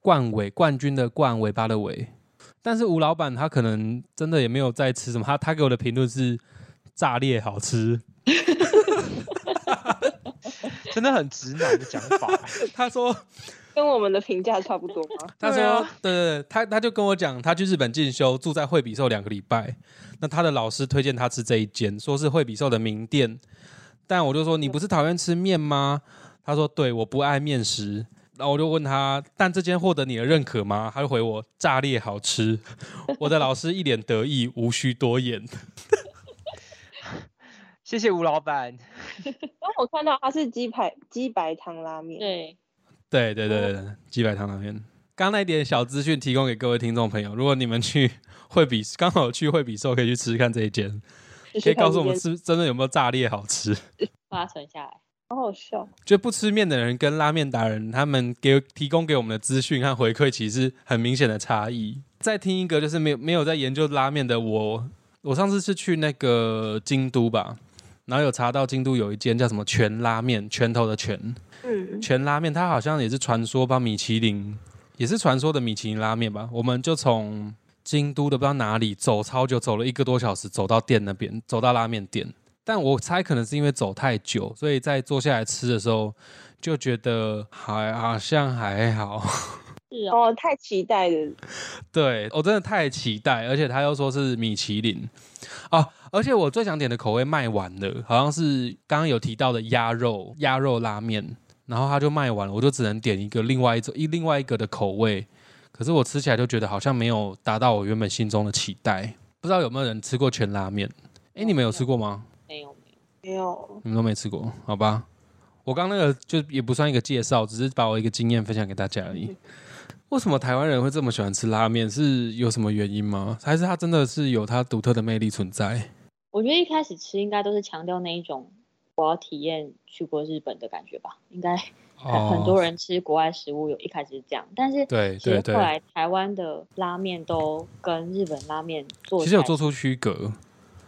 A: 冠尾冠军的冠尾巴的尾。但是吴老板他可能真的也没有在吃什么，他他给我的评论是炸裂好吃，
C: 真的很直男的讲 法。
A: 他说
B: 跟我们的评价差不多吗？
A: 他
C: 对
A: 说
C: 啊，
A: 对对对，他他就跟我讲，他去日本进修，住在惠比寿两个礼拜。那他的老师推荐他吃这一间，说是惠比寿的名店。但我就说，你不是讨厌吃面吗？他说，对，我不爱面食。然后我就问他，但这间获得你的认可吗？他就回我，炸裂好吃。 我的老师一脸得意，无需多言。
C: 谢谢吴老板，
B: 因为我看到它是鸡排鸡白汤拉面，
D: 对，
A: 对对对对对，鸡白汤那边。刚刚那一点小资讯提供给各位听众朋友，如果你们去惠比，刚好去惠比寿，可以去吃吃看这一间。
B: 就是
A: 可以
B: 看
A: 告诉我们
B: 这件事
A: 是不是真的有没有炸裂好吃？
D: 把它存下来。
B: 好好笑。
A: 就不吃面的人跟拉面达人，他们给提供给我们的资讯和回馈，其实很明显的差异。再听一个，就是没有没有在研究拉面的我，我上次是去那个京都吧，然后有查到京都有一间叫什么全拉面，拳头的拳，
B: 嗯，
A: 全拉面，它好像也是传说吧，米其林也是传说的米其林拉面吧。我们就从京都的不知道哪里走超久，走了一个多小时，走到店那边，走到拉面店。但我猜可能是因为走太久，所以在坐下来吃的时候就觉得还好像还好。
D: 是哦，
B: 哦，太期待了，
A: 对我真的太期待，而且他又说是米其林啊，而且我最想点的口味卖完了，好像是刚刚有提到的鸭肉鸭肉拉面，然后他就卖完了，我就只能点一个另外一种一另外一个的口味，可是我吃起来就觉得好像没有达到我原本心中的期待，不知道有没有人吃过全拉面？诶，你们有吃过吗？
D: 没有没
B: 没
D: 有，
B: 有，
A: 你们都没吃过，好吧？我刚那个就也不算一个介绍，只是把我一个经验分享给大家而已。为什么台湾人会这么喜欢吃拉面？是有什么原因吗？还是它真的是有它独特的魅力存在？
D: 我觉得一开始吃应该都是强调那一种。我要体验去过日本的感觉吧，应该哦很多
A: 人
D: 人吃国外食物有一开始是这样，但是
A: 哦对
D: 其
A: 对
D: 实
A: 对
D: 后，来台湾的拉面都跟日本拉面做，
A: 哦其实有做出区隔。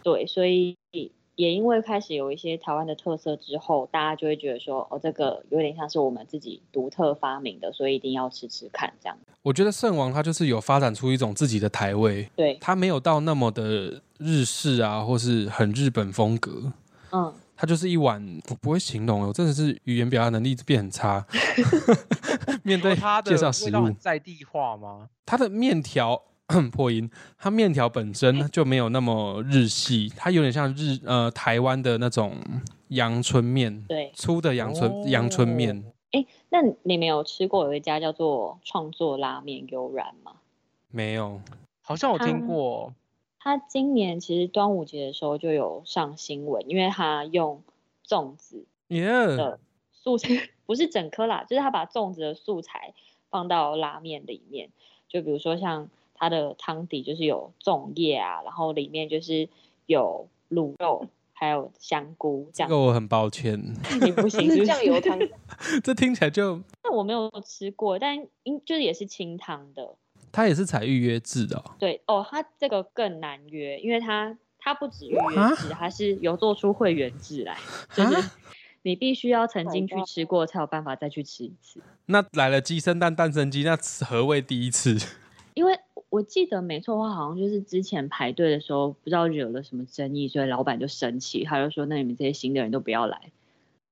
D: 对，所以也因为开始有一些台湾的特色之后，大家就会觉得说，哦，这个有点像是我们自己独特发明的，所以一定要吃吃看这样。
A: 我觉得圣王它就是有发展出一种自己的台味，
D: 对，
A: 它没有到那么的日式啊，或是很日本风格，
D: 嗯，
A: 它就是一碗我不会形容，我真的是语言表达能力变很差。面对
C: 它哦的
A: 介绍食
C: 味道
A: 物
C: 很，在地化吗？
A: 它的面条 破音，它面条本
D: 哎
A: 身就没有那么日系，它有点像日呃台湾的那种阳春面，
D: 对。
A: 粗的阳春、阳春面
C: 哦，
D: 那你们有吃过有一家叫做创作拉面悠然吗？
A: 没有
C: 好像我听
B: 嗯
D: 它
C: 过。
D: 他今年其实端午节的时候就有上新闻，因为他用粽子
A: 耶
D: 的素材，不是整颗啦，就是他把粽子的素材放到拉面里面，就比如说像它的汤底就是有粽叶啊，然后里面就是有卤肉，还有香菇这
A: 这
D: 样
A: 个。我很抱歉，
D: 你不行
B: 就是
D: 不
B: 酱油汤，
A: 这听起来就
D: 那我没有吃过，但应就是也是清汤的。
A: 它也是采预约制的哦、
D: 对哦，它这个更难约，因为它它不止预
A: 啊
D: 约制，它是有做出会员制来，就是
A: 啊
D: 你必须要曾经去
B: God
D: 吃过，才有办法再去吃一次。
A: 那来了鸡生蛋，蛋生鸡，那何谓第一次？
D: 因为我记得没错的话，好像就是之前排队的时候，不知道惹了什么争议，所以老板就生气，他就说：“那你们这些新的人都不要来。”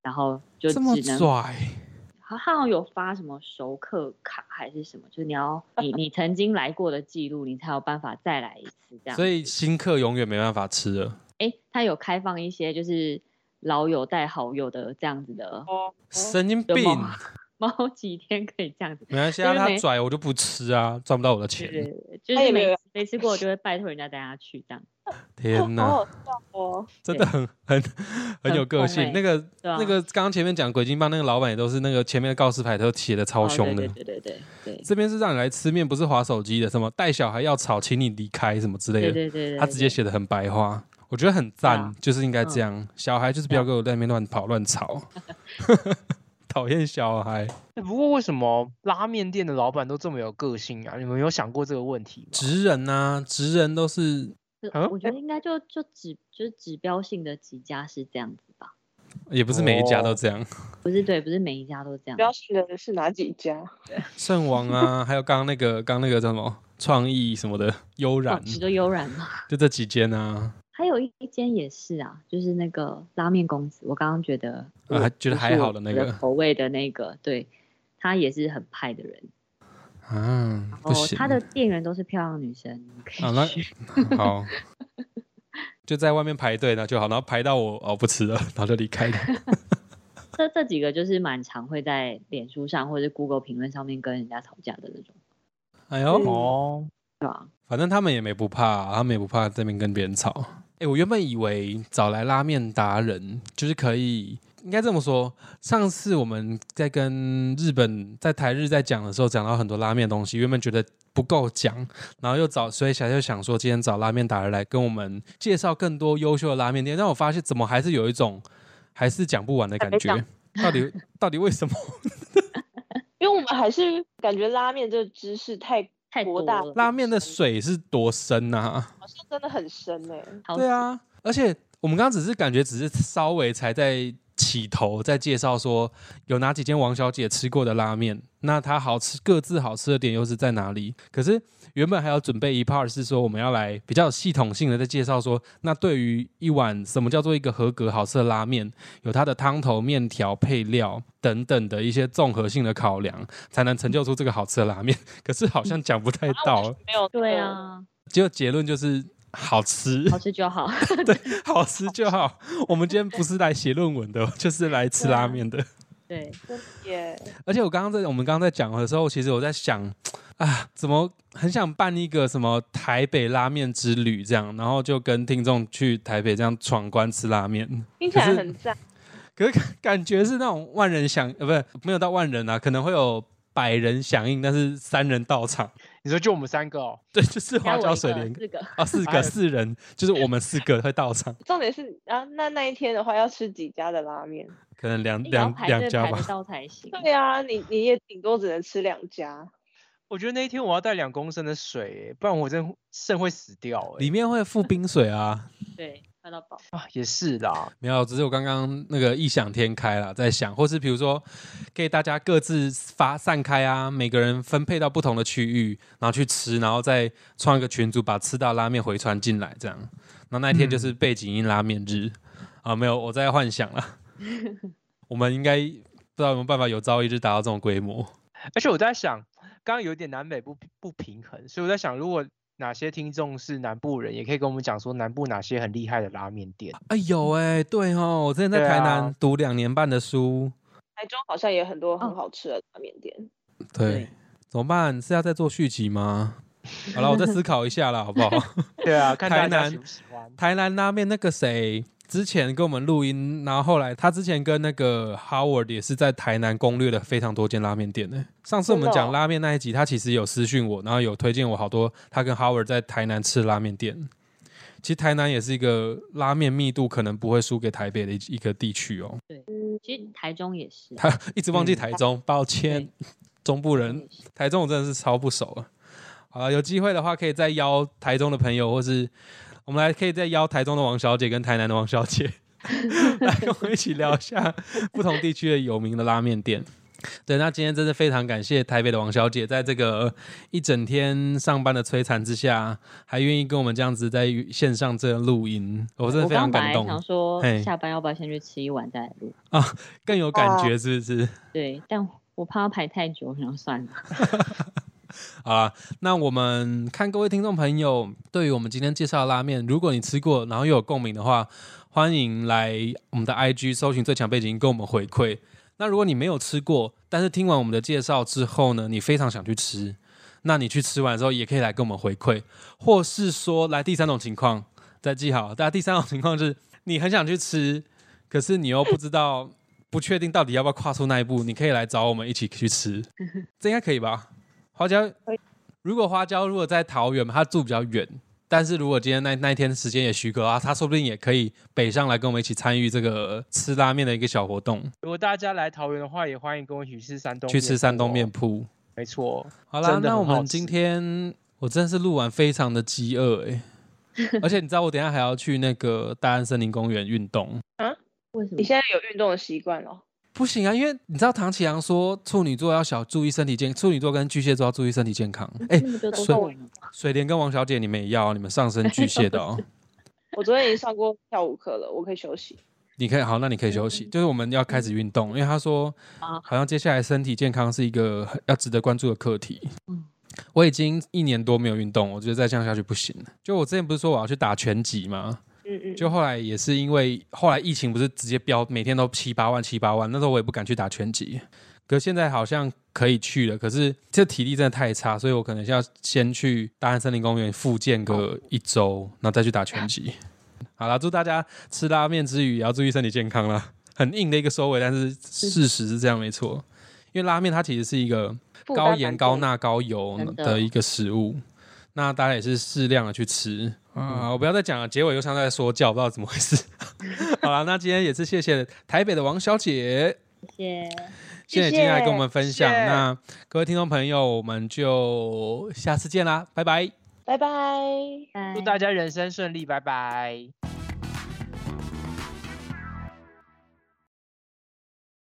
D: 然后就只
A: 这么
D: 能
A: 拽，
D: 他他好像有发什么熟客卡还是什么，就是你 要你你曾经来过的记录，你才有办法再来一次这样。
A: 所以新客永远没办法吃了。
D: 哎，他有开放一些就是老友带好友的这样子的，
B: 哦，
A: 神经
D: 有
A: 病，
D: 吗 猫几天可以这样子，
A: 没关系啊，
D: 因为
A: 他
D: 没
A: 拽我就不吃啊，赚不到我的
D: 就
A: 钱。
D: 是就
B: 他
D: 是
B: 也没
D: 每
B: 有
D: 次没吃过，我就会拜托人家带他去这样。
A: 天哪，
B: 好好笑哦，
A: 真的很很很有个性。
D: 疯
A: 那
D: 欸
A: 个、
D: 对啊
A: 那个刚刚前面讲鬼金棒那个老板也都是那个前面的告示牌都写的超
D: 哦
A: 凶的。
D: 对对对对对对
A: 这边是让你来吃面，不是划手机的。什么带小孩要吵，请你离开什么之类的，
D: 对对对，对
A: 他直接。写的很白话，我觉得很赞，
D: 对啊啊
A: 就是应该这样。小孩就是不要给我在那边乱跑乱 吵，讨厌小孩。
C: 欸不过为什么拉面店的老板都这么有个性啊？你们有想过这个问题吗？
A: 直人呐、啊，直人都是
D: 对
C: 嗯
D: 我觉得应该就就指就指标性的几家是这样子吧，
A: 也不是每一家都这样，
D: 不是对，不是每一家都这样
B: 不。要信的是哪几家？
A: 圣王啊，还有刚刚那个刚刚那个叫什么创意什么的，悠然、
D: 哦，你说悠然吗？
A: 就这几间啊，
D: 还有一一间也是啊，就是那个拉面公子，我刚刚觉得
A: 啊
D: 我
A: 觉得
D: 不
A: 还
D: 是
A: 好
D: 我
A: 的那
D: 我的
A: 个
D: 口味的那个，对他也是很派的人，
A: 啊不
D: 哦
A: 行，，
D: 他的店员都是漂亮女生，你可
A: 啊
D: 以
A: 那
D: 去。
A: 好，就在外面排队呢就好，然后排到我哦不吃了，然后就离开了。
D: 这这几个就是蛮常会在脸书上或者是 Google 评论上面跟人家吵架的那种，
A: 哎呦，
B: 嗯
C: 哦，
D: 对吧？
A: 反正他们也没不怕、他们也不怕这边跟别人吵。哎，我原本以为找来拉面达人就是可以，应该这么说。上次我们在跟日本在台日在讲的时候，讲到很多拉面的东西，原本觉得不够讲，然后又找，所以小就想说今天找拉面达人来跟我们介绍更多优秀的拉面店，但我发现怎么还是有一种还是讲不完的感
B: 还
A: 觉。 到底到底为什么？
B: 因为我们还是感觉拉面这个知识太
D: 太
B: 博
D: 多
B: 大
D: 了，嗯
A: 拉面的水是多深啊？
B: 好像真的很深哎、
D: 好
A: 对啊，而且我们刚刚只是感觉只是稍微才在起头，在介绍说有哪几间王小姐吃过的拉面，那它好吃各自好吃的点又是在哪里？可是原本还要准备一 part 是说我们要来比较有系统性的在介绍说，那对于一碗什么叫做一个合格好吃的拉面，有它的汤头、面条、配料等等的一些综合性的考量，才能成就出这个好吃的拉面。可是好像讲不太到，
B: 没有
D: 对，啊，
A: 结果结论就是好吃。
D: 好吃 就好。
A: 好吃就好。我们今天不是来写论文的， 就是来吃拉面的。
D: 对，
B: 真的耶，
A: 而且我刚刚在我们刚刚在讲的时候，其实我在想 啊，怎么很想办一个什么台北拉面之旅这样，然后就跟听众去台北这样闯关吃拉面。
B: 听起来
A: 可是
B: 很赞，
A: 可是感感觉是那种万人响，呃，不是没有到万人啊，可能会有百人响应，但是三人到场。
C: 你说就我们三个哦，
A: 对，就是花
D: 加我
A: 椒
D: 一
A: 水
D: 个
A: 莲
D: 四个，
A: 啊，四
C: 哎
A: 个
C: 呦
A: 四人，就是我们四个会到场，
B: 重点是啊，那那一天的话要吃几家的拉面？
A: 可能两
D: 也要
A: 两
D: 排
A: 两
D: 队
A: 家
D: 排
A: 吧
D: 得。到才行。
B: 对啊，你你也顶多只能吃两家，
C: 我觉得那一天我要带两公升的水、欸，不然我真会肾会死掉、欸。
A: 里面会附冰水啊，
D: 对，快到饱。
C: 啊，也是啦，
A: 没有，只是我刚刚那个异想天开啦，在想，或是比如说，给大家各自发散开啊，每个人分配到不同的区域，然后去吃，然后再创一个群组，把吃到拉面回传进来，这样。然后那一天就是背景音拉面日、啊，没有，我在幻想 了。我们应该不知道有没有办法有朝一日达到这种规模。
C: 而且我在想，刚刚有点南北不不平衡，所以我在想，如果哪些听众是南部人，也可以跟我们讲说南部哪些很厉害的拉面 店。
A: 哎有哎、对哦，我之前在
C: 对啊
A: 台南读两年半的书，
B: 台中好像也很多很
D: 哦
B: 好吃的拉面
A: 嗯
B: 店。
A: 对，怎么办？是要再做续集 吗？好了，我再思考一下啦，好不好？
C: 对啊，看
A: 台
C: 大家
A: 南
C: 喜不喜欢。
A: 台南拉面那个谁之前跟我们录音，然后后来他之前跟那个 Howard 也是在台南攻略了非常多间拉面店呢、上次我们
B: 真的哦
A: 讲拉面那一集，他其实有私讯我，然后有推荐我好多他跟 Howard 在台南吃的拉面店。其实台南也是一个拉面密度可能不会输给台北的一一个地区哦。
B: 嗯，
D: 其实台中也是啊，
A: 他一直忘记台中，抱歉，
B: 哎
A: 中部人
D: 也是
A: 台中我真的是超不熟啊。好了，有机会的话可以 再邀台中的朋友，或是我们来可以再邀台中的王小姐跟台南的王小姐来跟我一起聊一下不同地区的有名的拉面店。对，那今天真是非常感谢台北的王小姐，在这个一整天上班的摧残之下，还愿意跟我们这样子在线上这样录音，我真的
D: 我
A: 非
D: 刚
A: 常
D: 刚本
A: 感
D: 来
A: 动
D: 想说
A: 嘿
D: 下班要不要先去吃一碗再来录，
A: 啊，更有感觉是不是？
D: 对，但我怕要排太久，然后算了。
A: 好啦，啊那我们看各位听众朋友对于我们今天介绍的拉面，如果你吃过然后又有共鸣的话，欢迎来我们的 IG 搜寻最强背景音跟我们回馈。那如果你没有吃过，但是听完我们的介绍之后呢，你非常想去吃，那你去吃完之后也可以来跟我们回馈，或是说来第三种情况，再记好，大家第三种情况是你很想去吃，可是你又不知道。不确定到底要不要跨出那一步，你可以来找我们一起去吃，这应该可以吧？花椒
B: 可以，
A: 如果花椒如果在桃园嘛，他住比较远，但是如果今天那那一天时间也许可啊，他说不定也可以北上来跟我们一起参与这个吃拉面的一个小活动，
C: 如果大家来桃园的话，也欢迎跟我一起去吃山东
A: 去吃山东
C: 哦
A: 面，铺。
C: 没错。
A: 好啦，
C: 真的
A: 那我
C: 很好
A: 们今天我真是录完非常的饥饿 哎、而且你知道我等一下还要去那个大安森林公园运动，
D: 为什么
B: 你？现在有运动的习惯了？
A: 不行啊，因为你知道唐启阳说处女座要小注意身体健，处女座跟巨蟹座要注意身体健康。哎、
D: 那么就都
A: 所以
D: 过了吗
A: 水莲跟王小姐你们也要啊，你们上升巨蟹的哦。
B: 我昨天已经上过跳舞课了，我可以休息。
A: 你可以好，那你可以休息。就是我们要开始运动，因为他说，
D: 啊
A: 好像接下来身体健康是一个很要值得关注的课题。
D: 嗯
A: 我已经一年多没有运动，我觉得再这样下去不行了。就我之前不是说我要去打拳击吗？
B: 嗯嗯，
A: 就后来也是因为后来疫情不是直接飙，每天都七八万七八万，那时候我也不敢去打拳击。可现在好像可以去了，可是这体力真的太差，所以我可能要先去大安森林公园复健个一周，然后再去打拳击。 好啦，祝大家吃拉面之余也要注意身体健康啦。很硬的一个收尾，但是事实是这样没错，因为拉面它其实是一个
B: 负担
A: 高
B: 蛮
A: 盐、高
B: 重的
A: 钠、高油
D: 真的
A: 的一个食物，那大家也是适量的去吃啊、我不要再讲了，结尾又像在说教，不知道怎么回事。好了，那今天也是谢谢台北的王小姐，
D: 谢谢。
A: 谢
B: 谢
A: 谢
B: 谢
A: 今天来跟我们分享。
C: 谢谢
A: 那各位听众朋友，我们就下次见啦，拜拜。
B: 拜拜。
D: 拜
C: 祝大家人生顺利，拜拜。